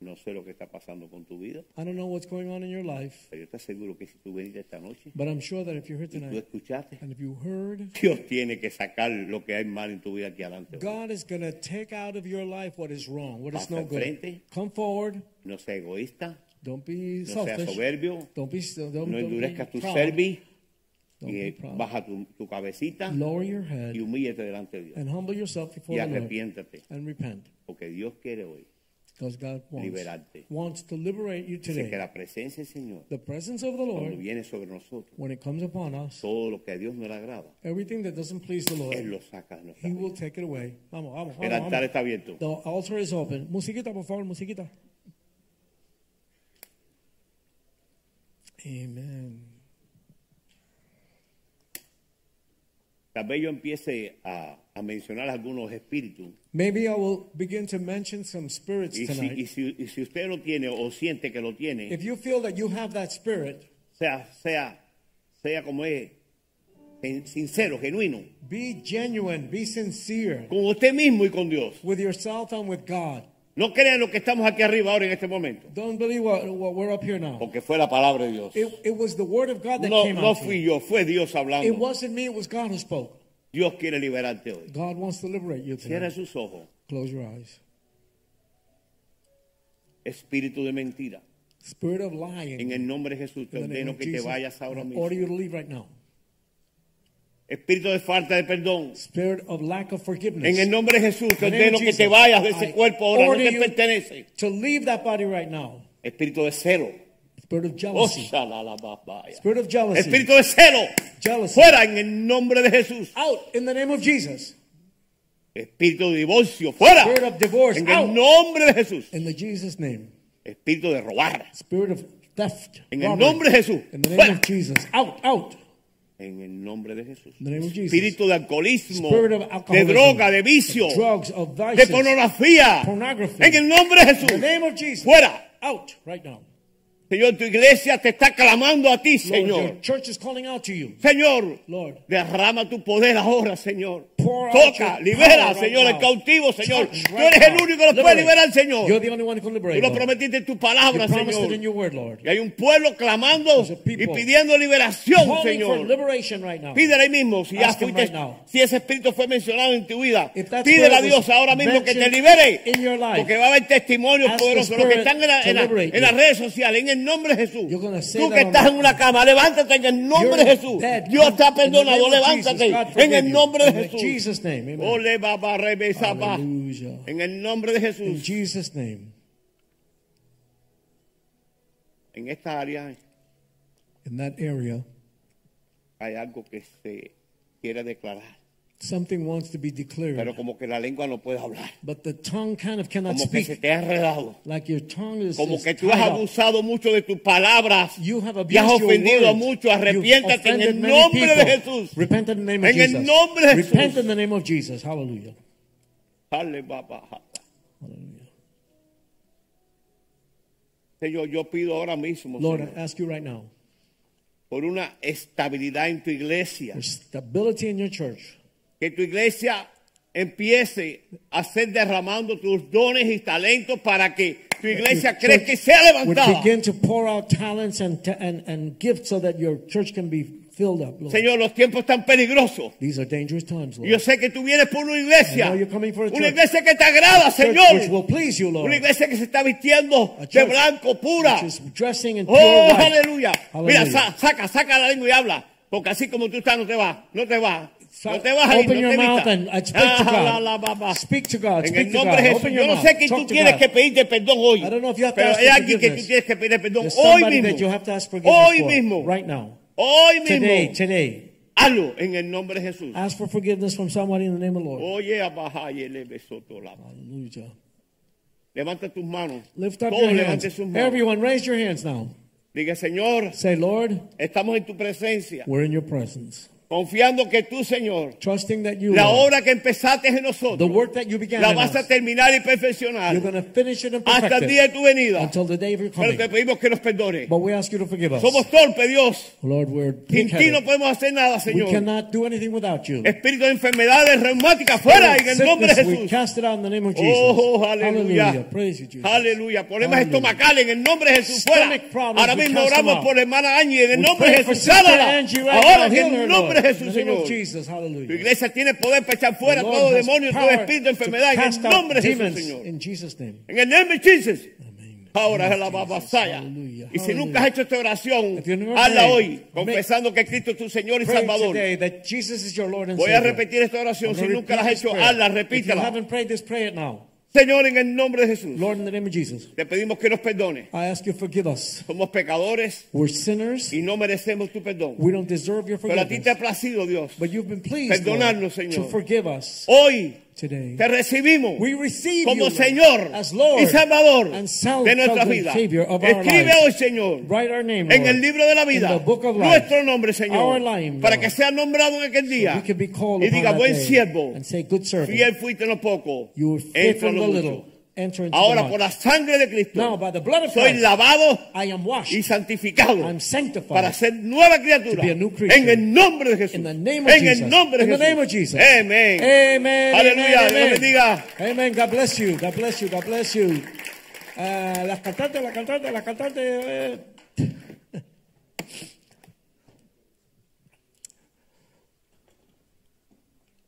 No sé lo que está pasando con tu vida,
I don't know what's going on in your life,
pero yo te aseguro que si tú veniste esta noche
but I'm sure that if you're here
y tú
tonight
escuchaste,
and if you heard,
Dios tiene que sacar lo que hay mal en tu vida aquí adelante.
God is going to take out of your life what is wrong, what is
Pasa
no
al frente.
good. Come forward.
No seas egoísta,
Don't be
no seas
selfish.
soberbio,
Don't be don't,
no
don't be
endurezcas tu
proud.
cerviz
Don't
y
be
eh,
proud.
baja tu, tu cabecita
Lower your head
y humíllate delante de Dios.
and humble yourself
Y
before the Lord
arrepiéntate,
and repent,
porque Dios quiere hoy
because God wants
liberarte.
wants to liberate you
Dice que
today.
la presencia del Señor,
The presence of the
cuando
Lord,
viene sobre nosotros,
when it comes upon us,
todo lo que a Dios no le agrada,
everything that doesn't please the
Él
Lord,
lo saca de nuestra
He will
vida.
take it away. Vamos, vamos,
El
vamos,
altar
vamos.
está abierto.
The altar is open. Musiquita, por favor, musiquita. Amen.
Tal vez yo empiece a, a mencionar algunos espíritus.
Maybe I will begin to mention some spirits
Y si,
tonight.
y si- y si usted lo tiene o siente que lo tiene,
If you feel that you have that spirit,
sea, sea, sea como es, sin- sincero, genuino,
be genuine, be sincere
con usted mismo y con Dios.
with yourself and with God.
No crean lo que estamos aquí arriba ahora en este momento,
Don't believe what, what we're up here now.
porque fue la palabra de Dios.
It, it was the word of God that
No,
came
no
out. to
fui
me.
yo, fue Dios
It
hablando.
wasn't me, it was God who spoke.
Dios quiere liberarte hoy.
God wants to liberate you
Cierra
tonight.
sus ojos.
Close your eyes.
Espíritu de mentira.
Spirit of lying.
En el nombre de Jesús te
In the name
ordeno
of
que te
Jesus,
vayas ahora
I
mismo.
order you to leave right now.
Espíritu de falta de perdón.
Spirit of lack of forgiveness.
En el nombre de Jesús te
In the name
ordeno
of
que te
Jesus,
vayas de ese
I
cuerpo ahora, no
order
te
you
pertenece.
to leave that body right now.
Espíritu de cero.
Spirit of
Oh,
jealousy.
Oshalalababaya.
Spirit of jealousy.
Espíritu de cero.
Jealousy.
Fuera en el nombre de Jesús.
Out in the name of Jesus.
Espíritu de divorcio. Fuera.
Spirit of divorce.
En
Out.
el nombre de Jesús.
In the Jesus name.
Espíritu de robar.
Spirit of theft.
En el
robbery.
nombre de Jesús.
In the name
Fuera.
of Jesus. Out, out.
En el nombre de Jesús.
In the name of Jesus.
Espíritu de alcoholismo.
Spirit of
De
alcoholism.
droga, de vicio.
Drugs of
De
vices.
pornografía.
Pornography.
En el nombre de
In the
Jesús.
name of Jesus.
Fuera.
Out right now.
Señor, tu iglesia te está clamando a ti,
Lord, your
Señor.
church is calling out to you.
Señor,
Lord.
derrama tu poder ahora, Señor.
Pour out
Toca,
your
libera,
power right
Señor, el
now.
cautivo, Señor.
Touch
Tú
right
eres el
now.
único que lo puede
Liberate.
liberar, Señor.
You're the only one who can liberate.
Tú lo
Lord.
prometiste en tu
You
palabra,
promised it in
Señor.
your word, Lord.
Y hay un pueblo clamando
There's a
y
people
pidiendo liberación,
Calling for
Señor.
liberation right now.
Pídele ahí mismo, si ya
Ask him
fuiste,
right now.
si ese espíritu fue mencionado en tu vida,
If that's
pídele
where
a
it was
Dios ahora mismo que te
mentioned
libere,
in your life.
porque va a haber testimonios
Ask the
poderosos, los que
Spirit
están en, la-
to
en la-
liberate
en las
you.
redes sociales, en el nombre de Jesús.
You're gonna say
Tú
that
que
on
estás
the-
en una cama, levántate en el nombre
You're
de Jesús.
dead.
Dios te ha
In the name
perdonado,
of
levántate
Jesus, God
en
forgive
el
you.
nombre de
In
Jesús.
Jesus' name, amen.
Ole, baba, rebe, zaba.
Hallelujah.
En el nombre de
In
Jesús,
Jesus' name.
en esta área
In that area,
hay algo que se quiere declarar,
something wants to be
pero
declared,
como que la lengua no puede hablar,
but the tongue kind of cannot
como que se
speak.
te ha enredado.
Like your tongue is,
Como
is
que tú has
tied up.
abusado mucho de tus palabras
You have
y has
abused your
ofendido a
words.
muchos.
You've
Arrepiéntate en
offended
el
many
nombre de
people.
Jesús.
Repent in the name of
En el
Jesus.
nombre de
Repent
Jesús.
in the name of Jesus. Hallelujah.
Dale, papá.
Hallelujah.
Señor, yo pido ahora mismo
Lord, I
Señor,
ask you right now
por una estabilidad en tu iglesia.
for stability in your church.
Que tu iglesia empiece a ser derramando tus dones y talentos para que tu iglesia
Your
crezca
church
y sea
Would
levantada.
begin to pour out talents and, ta- and, and gifts so that your church can be filled up, Lord.
Señor, los tiempos están peligrosos.
These are dangerous times,
Yo
Lord.
sé que tú vienes por una iglesia.
I know you're coming for a
Una
church.
iglesia que te agrada,
Church
Señor.
which will please you, Lord.
Una iglesia que se está vistiendo
A
de
church
blanco, pura.
Which is dressing in pure
Oh,
white.
aleluya. Mira,
Hallelujah.
sa- saca, saca la lengua y habla. Porque así como tú estás, no te vas. No te vas.
So-
No te vas a ir.
Open
no
your
te
mouth
vistas.
and uh, speak
Ah,
to
la, la, ba, ba.
God. Speak to God.
En
Speak
el
to God.
nombre de Jesús.
Open
Yo
your
no
mouth.
sé que tú
Talk to
tienes
God.
que pedirte perdón hoy.
I don't know if you have to
Pero
ask
hay
for
alguien que tú
forgiveness.
tienes que pedir perdón
There's
hoy
somebody that you
mismo.
have to ask forgiveness
Hoy
for
mismo.
right now.
Hoy mismo.
Today, today.
Hazlo en el nombre de Jesús.
Ask for forgiveness from somebody in the name of the Lord.
Oye, abaja y eleve soto la
Hallelujah.
Levanta tus manos.
Lift up
Todos
your
levanten
hands.
Oh, sus manos.
Everyone, raise your hands now.
Diga, Señor,
Say, Lord,
estamos en tu presencia.
we're in your presence.
Confiando que tú, Señor,
Trusting that you,
la
Lord,
obra que empezaste en
the
nosotros,
work that you began
la
in
vas a
us,
terminar y perfeccionar
you're going to finish it and
hasta
perfect
el día de
it
tu venida.
until the day of your
Pero te
coming.
pedimos que nos perdone.
But we ask you to forgive us.
Somos torpes, Dios.
Lord, we're
Sin ti no
pig-headed.
podemos hacer nada,
We
Señor.
cannot do anything without you.
Espíritu de enfermedades reumáticas, fuera en el nombre de
Sickness, we
Jesús.
cast it out in the name of Jesus.
Oh, aleluya.
Hallelujah. Praise you, Jesus.
Aleluya. Problemas
Hallelujah.
estomacales en el nombre de Jesús. Fuera.
Stomach problems,
Ahora
we
mismo
cast them
oramos
out.
por la hermana Angie en el
We
nombre de
pray for
Jesús.
Sister
Sánala.
Angie right
Ahora
now.
en
Heal her,
el nombre de
Lord.
Jesús,
In the name of
Señor.
Jesus, hallelujah.
Tu iglesia tiene poder para echar fuera
The Lord
todo
has
demonio, todo
power
espíritu de
to
enfermedad en el
cast out
nombre de Jesús,
demons
Señor.
In Jesus' name.
En el nombre de Jesús.
Amen.
Ahora
Amen,
es la
Jesus.
babasaya.
Hallelujah.
Y si
Hallelujah.
nunca has hecho esta oración,
If you never
hazla
prayed,
hoy,
make-
confesando que Cristo es tu Señor y
Pray
Salvador.
today that Jesus is your Lord and
Voy a
Savior.
repetir esta oración.
I'm
Si
gonna
nunca la has
repeat this
hecho,
prayer.
hazla,
If you
repítela.
haven't prayed this, pray it now.
Señor, en el nombre de Jesús,
Lord, in the name of Jesus,
te pedimos que nos perdone.
I ask you forgive us.
Somos pecadores
We're sinners.
y no merecemos tu perdón.
We don't deserve your
Pero a ti te
forgiveness.
ha placido, Dios.
But you've been pleased,
Perdonarnos,
Lord, to
Señor.
forgive us
Hoy
today.
te recibimos
We receive
como
you, Lord,
Señor
as Lord
y Salvador
and Sal-
de nuestras
Salvador,
vidas.
Savior of our
Escribe
lives.
hoy, Señor,
Write our name,
en
Lord,
el libro de la vida
in the book of life,
nuestro nombre, Señor,
our name,
para
Lord,
que sea nombrado en aquel
we
día
can be called
y
upon
diga,
that
buen
day
siervo,
and say, good servant,
fiel fuiste en lo poco,
you were
entra
faithful
en
in
lo
the
mucho.
little, enter into
Ahora
the
por
much.
la sangre de Cristo
Now, by the blood of
soy
Christ,
lavado
I am washed.
y santificado
I'm sanctified.
para ser nueva criatura
be a new creature.
en el nombre de Jesús.
In the name of
en
Jesus.
el nombre de
In the
Jesús.
name of Jesus.
Amén.
Amen.
Aleluya.
amen,
Dios
amen.
bendiga.
Amen. God bless you. God bless you. God bless you. Ah, las cantantes, las cantantes, las cantantes. eh.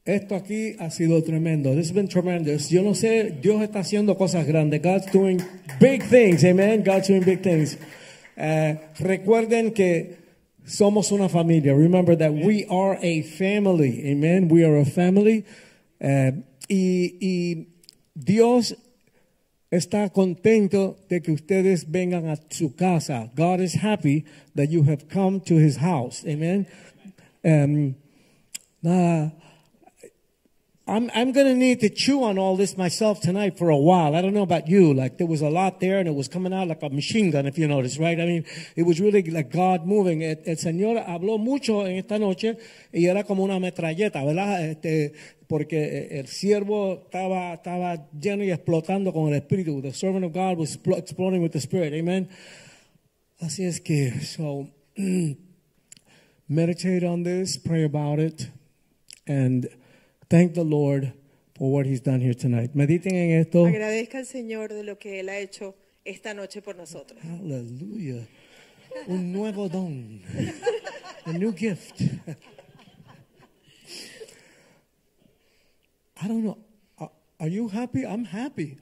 Esto aquí ha sido tremendo. This has been tremendous. Yo no sé, Dios está haciendo cosas grandes. God's doing big things. Amen. God's doing big things. Eh, recuerden que somos una familia. Remember that we are a family. Amen. We are a family. Eh, y, y Dios está contento de que ustedes vengan a su casa. God is happy that you have come to his house. Amen. Um, nada. I'm, I'm going to need to chew on all this myself tonight for a while. I don't know about you. Like, there was a lot there and it was coming out like a machine gun, if you notice, right? I mean, it was really like God moving. El, el Señor habló mucho en esta noche y era como una metralleta, ¿verdad? Este, porque el siervo estaba, estaba lleno y explotando con el Espíritu. The servant of God was explo- exploding with the Spirit. Amen. Así es que, so, meditate on this, pray about it, and thank the Lord for what He's done here tonight. Mediten en esto.
Agradezca al Señor de lo que Él ha hecho esta noche por nosotros.
Hallelujah. Un nuevo don. A new gift. I don't know. Are, are you happy? I'm happy.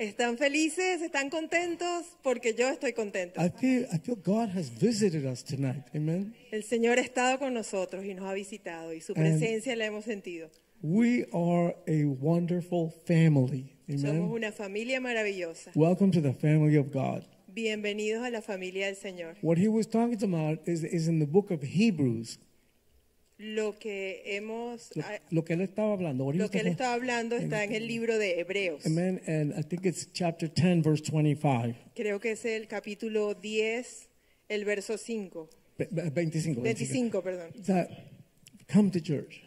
¿Están felices? ¿Están contentos? Porque yo estoy contento.
I feel, I feel God has visited us tonight. Amen.
El Señor ha estado con nosotros y nos ha visitado y su presencia la hemos sentido.
We are a wonderful family.
Somos
Amen.
una familia maravillosa.
Welcome to the family of God.
Bienvenidos a la familia del Señor.
What he was talking about is, is in the book of Hebrews.
Lo que hemos
Lo,
a-
lo que él estaba hablando. what he
lo
was
que él
talking-
estaba hablando está en el libro de Hebreos.
Amen. And I think it's chapter 10, verse 25.
Creo que es el capítulo 10, el verso 5.
Ve- ve- 25.
25, perdón.
That come to church.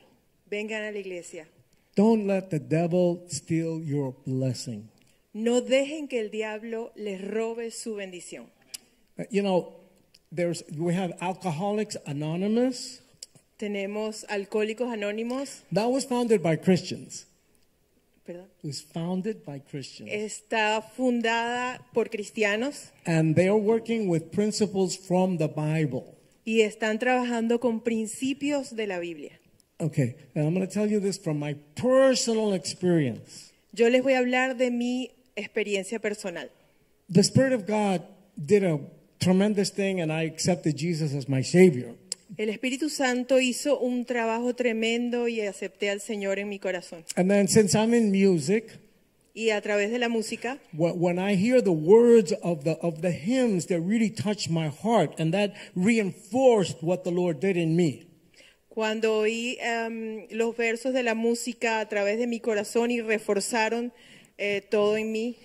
Vengan a la iglesia.
Don't let the devil steal your blessing.
No dejen que el diablo les robe su bendición.
Uh, You know, there's we have Alcoholics Anonymous.
Tenemos Alcohólicos Anónimos,
That was founded by Christians.
perdón,
It was founded by Christians.
está fundada por cristianos
and they are working with principles from the Bible.
y están trabajando con principios de la Biblia.
Okay, and I'm going to tell you this from my personal experience.
Yo les voy a hablar de mi experiencia personal.
The Spirit of God did a tremendous thing, and I accepted Jesus as my Savior.
El Espíritu Santo hizo un trabajo tremendo y acepté al Señor en mi corazón.
And then, since I'm in music,
Y a través de la música,
wh- when I hear the words of the of the hymns that really touched my heart, and that reinforced what the Lord did in me.
cuando oí em, los versos de la música a través de mi corazón y reforzaron eh, todo en mí,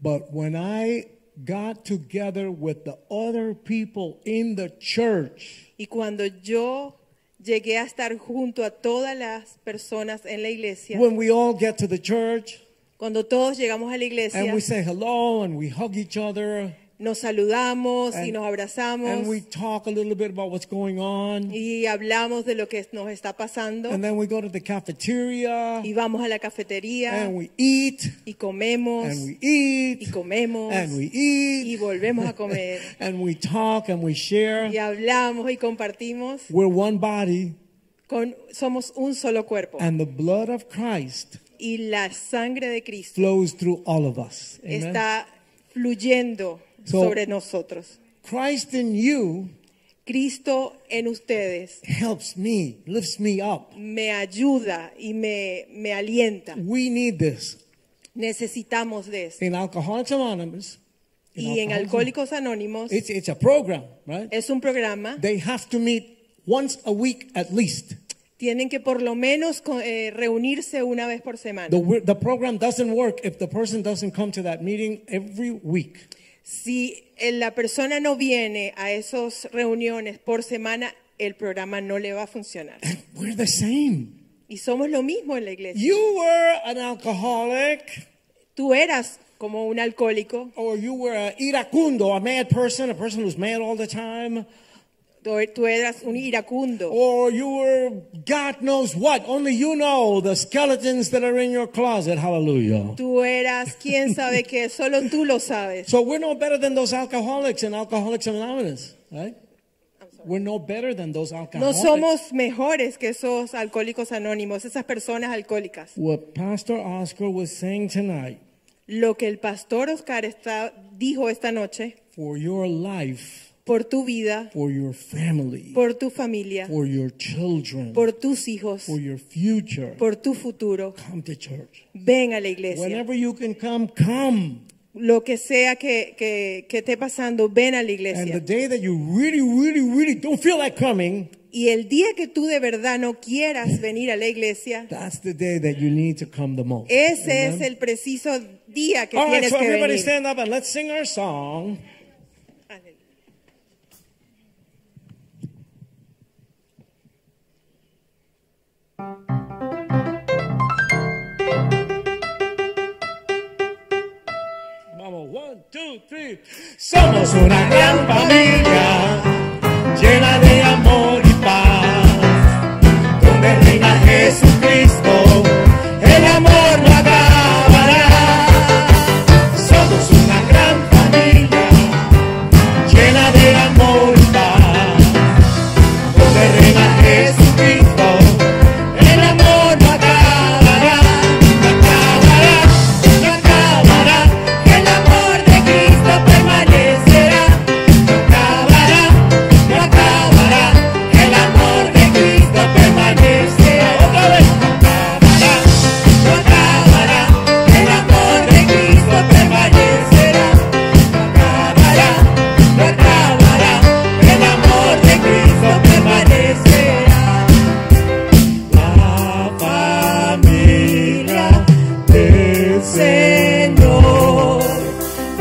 But when I got together with the other people in the church,
Y cuando yo llegué a estar junto a todas las personas en la iglesia,
when we all get to the church.
cuando todos llegamos a la iglesia,
And we say hello and we hug each other.
nos saludamos y
and-
nos
And
abrazamos
we talk a little bit about what's going on.
y hablamos de lo que nos está pasando
And then we go to the cafeteria
y vamos a la cafetería
and we eat
y comemos
and we eat
y comemos
and we
y
eat
volvemos a comer
and we talk and we share.
y hablamos y compartimos.
We're one body
Con, somos un solo cuerpo
and the blood of Christ
y la sangre de Cristo
flows through all of us. Amen.
está fluyendo
So-
sobre nosotros.
Christ in you
Cristo en ustedes
helps me, lifts me up.
me ayuda y me, me alienta.
We need this
Necesitamos de eso.
in Alcoholics Anonymous. in
Y en
Alcoholics
Alcohólicos Anónimos
It's, it's a program, right?
es un programa.
They have to meet once a week at least.
Tienen que por lo menos co- eh, reunirse una vez por semana.
The, the program doesn't work if the person doesn't come to that meeting every week.
Si eh, la persona no viene a esas reuniones por semana, el programa no le va a funcionar.
We're the same.
Y somos lo mismo en la iglesia.
You were an alcoholic,
Tú eras como un alcohólico,
or you were a iracundo, a mad person, a person who's mad all the time,
tú tú eras un iracundo.
or you were God knows what. Only you know the skeletons that are in your closet. Hallelujah.
Tú eras quién sabe qué, solo tú lo sabes.
So we're no better than those alcoholics and Alcoholics Anonymous, right? We're no better than those
No
alcoholics.
somos mejores que esos alcohólicos anónimos, esas personas alcohólicas.
What Pastor Oscar was saying tonight
Lo que el pastor Oscar está, dijo esta noche,
for your life,
por tu vida,
for your family,
por tu familia,
for your children,
por tus hijos,
for your future,
por tu futuro,
come to church.
ven a la iglesia.
Whenever you can come, come.
Lo que sea que, que- que esté pasando, ven a la
And the
iglesia.
day that you really, really, really don't feel like coming,
Y el día que tú de verdad no quieras venir a la iglesia,
that's the day that you need to come the most.
ese es el preciso día que
All right,
tienes
so
que
everybody
venir.
stand up and let's sing our song.
Aleluya.
Vamos, one, two, three. Somos Somos una gran familia llena de amor y paz. Donde reina Jesucristo, el amor no acabará. Somos una gran familia llena de amor y paz. Donde reina Jesucristo, el amor no acabará. No acabará, no acabará. El amor de Cristo permanecerá. No acabará, no acabará. El amor de Cristo permanecerá. Otra vez. No acabará, el amor de Cristo permanecerá. No acabará, el amor de Cristo permanecerá. La familia del Señor,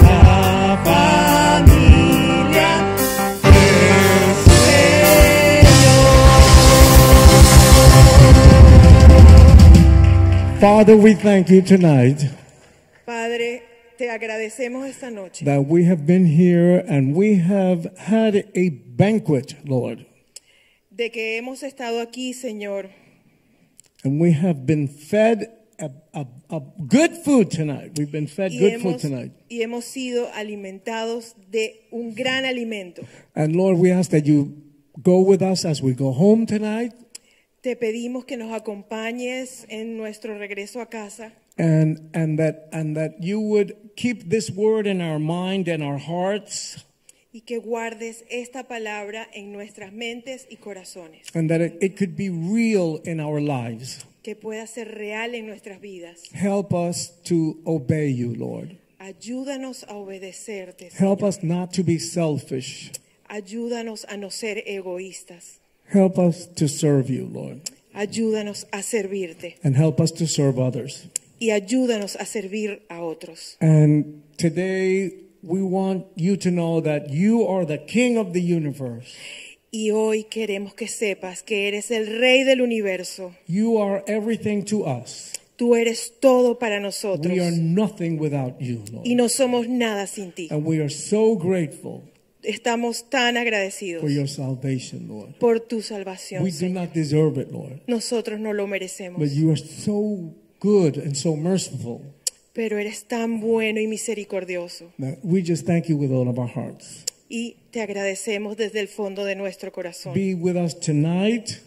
la familia del Señor. Father, we thank you tonight
Padre, te agradecemos esta noche
that we have been here and we have had a banquet, Lord,
de que hemos estado aquí, Señor,
and we have been fed a, a, a good food tonight. We've been fed
y
good food
hemos,
tonight.
y hemos sido alimentados de un gran alimento.
And Lord, we ask that you go with us as we go home tonight
Te pedimos que nos acompañes en nuestro regreso a casa
and and that and that you would keep this word in our mind and our hearts
y que guardes esta palabra en nuestras mentes y corazones,
and that it, it could be real in our lives.
que pueda ser real en nuestras vidas.
Help us to obey you, Lord.
Ayúdanos a obedecerte, Señor.
Help us not to be selfish.
ayúdanos a no ser egoístas,
Help us to serve you, Lord,
ayúdanos a servirte
and help us to serve others.
y ayúdanos a servir a otros.
And today we want you to know that you are the king of the universe.
Y hoy queremos que sepas que eres el rey del universo,
You are everything to us.
tú eres todo para nosotros
We are nothing without you, Lord.
y no somos nada sin ti.
And we are so grateful
Estamos tan agradecidos
for your salvation, Lord.
por tu salvación.
We do
Señor.
not deserve it, Lord.
Nosotros no lo merecemos,
But you are so good and so merciful
pero eres tan bueno y misericordioso
that we just thank you with all of our hearts.
y te agradecemos desde el fondo de nuestro corazón.
Be with us tonight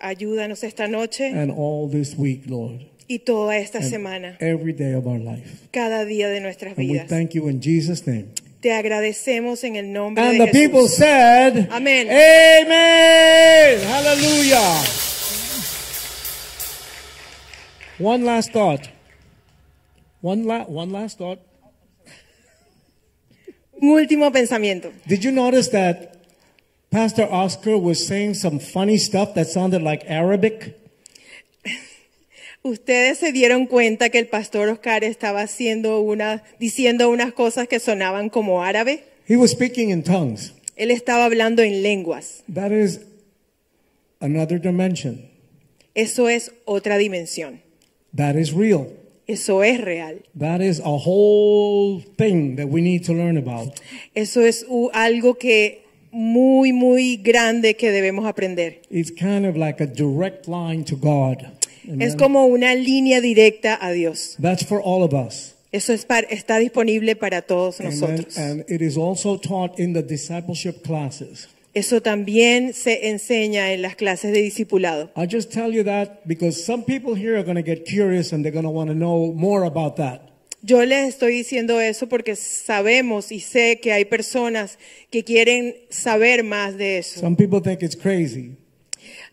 Ayúdanos esta noche
and all this week, Lord.
y toda esta
and
semana,
Every day of our life.
cada día de
And
nuestras
we
vidas.
thank you in Jesus' name.
Te agradecemos en el nombre
And
de
the people
Jesús.
said,
Amen.
Amen. Hallelujah. One last thought. One, la- one last thought.
Un último pensamiento.
Did you notice that Pastor Oscar was saying some funny stuff that sounded like Arabic?
Ustedes se dieron cuenta que el pastor Oscar estaba haciendo una, diciendo unas cosas que sonaban como árabe.
He was speaking in tongues.
Él estaba hablando en lenguas.
That is another dimension.
Eso es otra dimensión.
That is real.
Eso es real.
That is a whole thing that we need to learn about.
Eso es u- algo que muy, muy grande que debemos aprender.
It's kind of like a direct line to God.
Es como una línea directa a Dios.
That's for all of us.
Eso es par- está disponible para todos
Amen.
nosotros.
And it is also taught in the discipleship classes.
Eso también se enseña en las clases de discipulado.
I'll just tell you that because some people here are going to get curious and they're going to want to know more about that.
Yo les estoy diciendo eso porque sabemos y sé que hay personas que quieren saber más de eso.
Some people think it's crazy.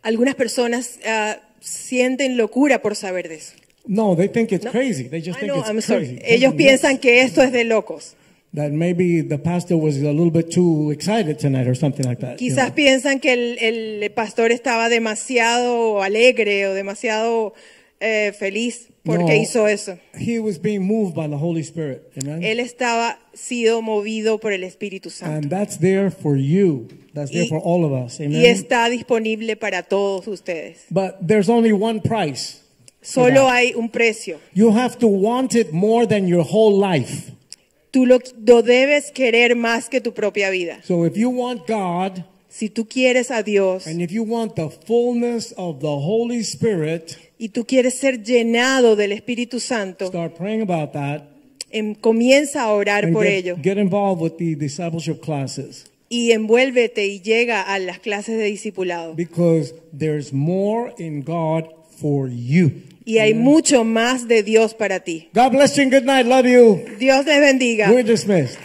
Algunas personas ah, sienten locura por saber de eso.
No, they think it's
No.
crazy. They just
Ah,
think
no,
it's
I'm sorry.
crazy.
Ellos piensan que esto es de locos.
that maybe the pastor was a little bit too excited tonight or something like that. you know.
Quizás piensan que el, el pastor estaba demasiado alegre o demasiado eh, feliz porque
No.
hizo eso.
He was being moved by the Holy Spirit. Amen.
Él estaba sido movido por el Espíritu Santo.
and that's there for you. That's there
Y-
for all of us. Amen.
y está disponible para todos ustedes.
But there's only one price.
Solo
Verdad.
hay un precio.
You have to want it more than your whole life.
Tú lo, lo debes querer más que tu propia vida.
So if you want God
Si tú quieres a Dios
and if you want the fullness of the Holy Spirit,
y tú quieres ser llenado del Espíritu Santo,
start praying about that.
em, comienza a orar
and
por
get,
ello
get involved with the discipleship classes
y envuélvete y llega a las clases de discipulado.
because there's more in God for you.
Y hay mucho más de Dios para ti.
God bless you and good night. Love you.
Dios les bendiga.
We're dismissed.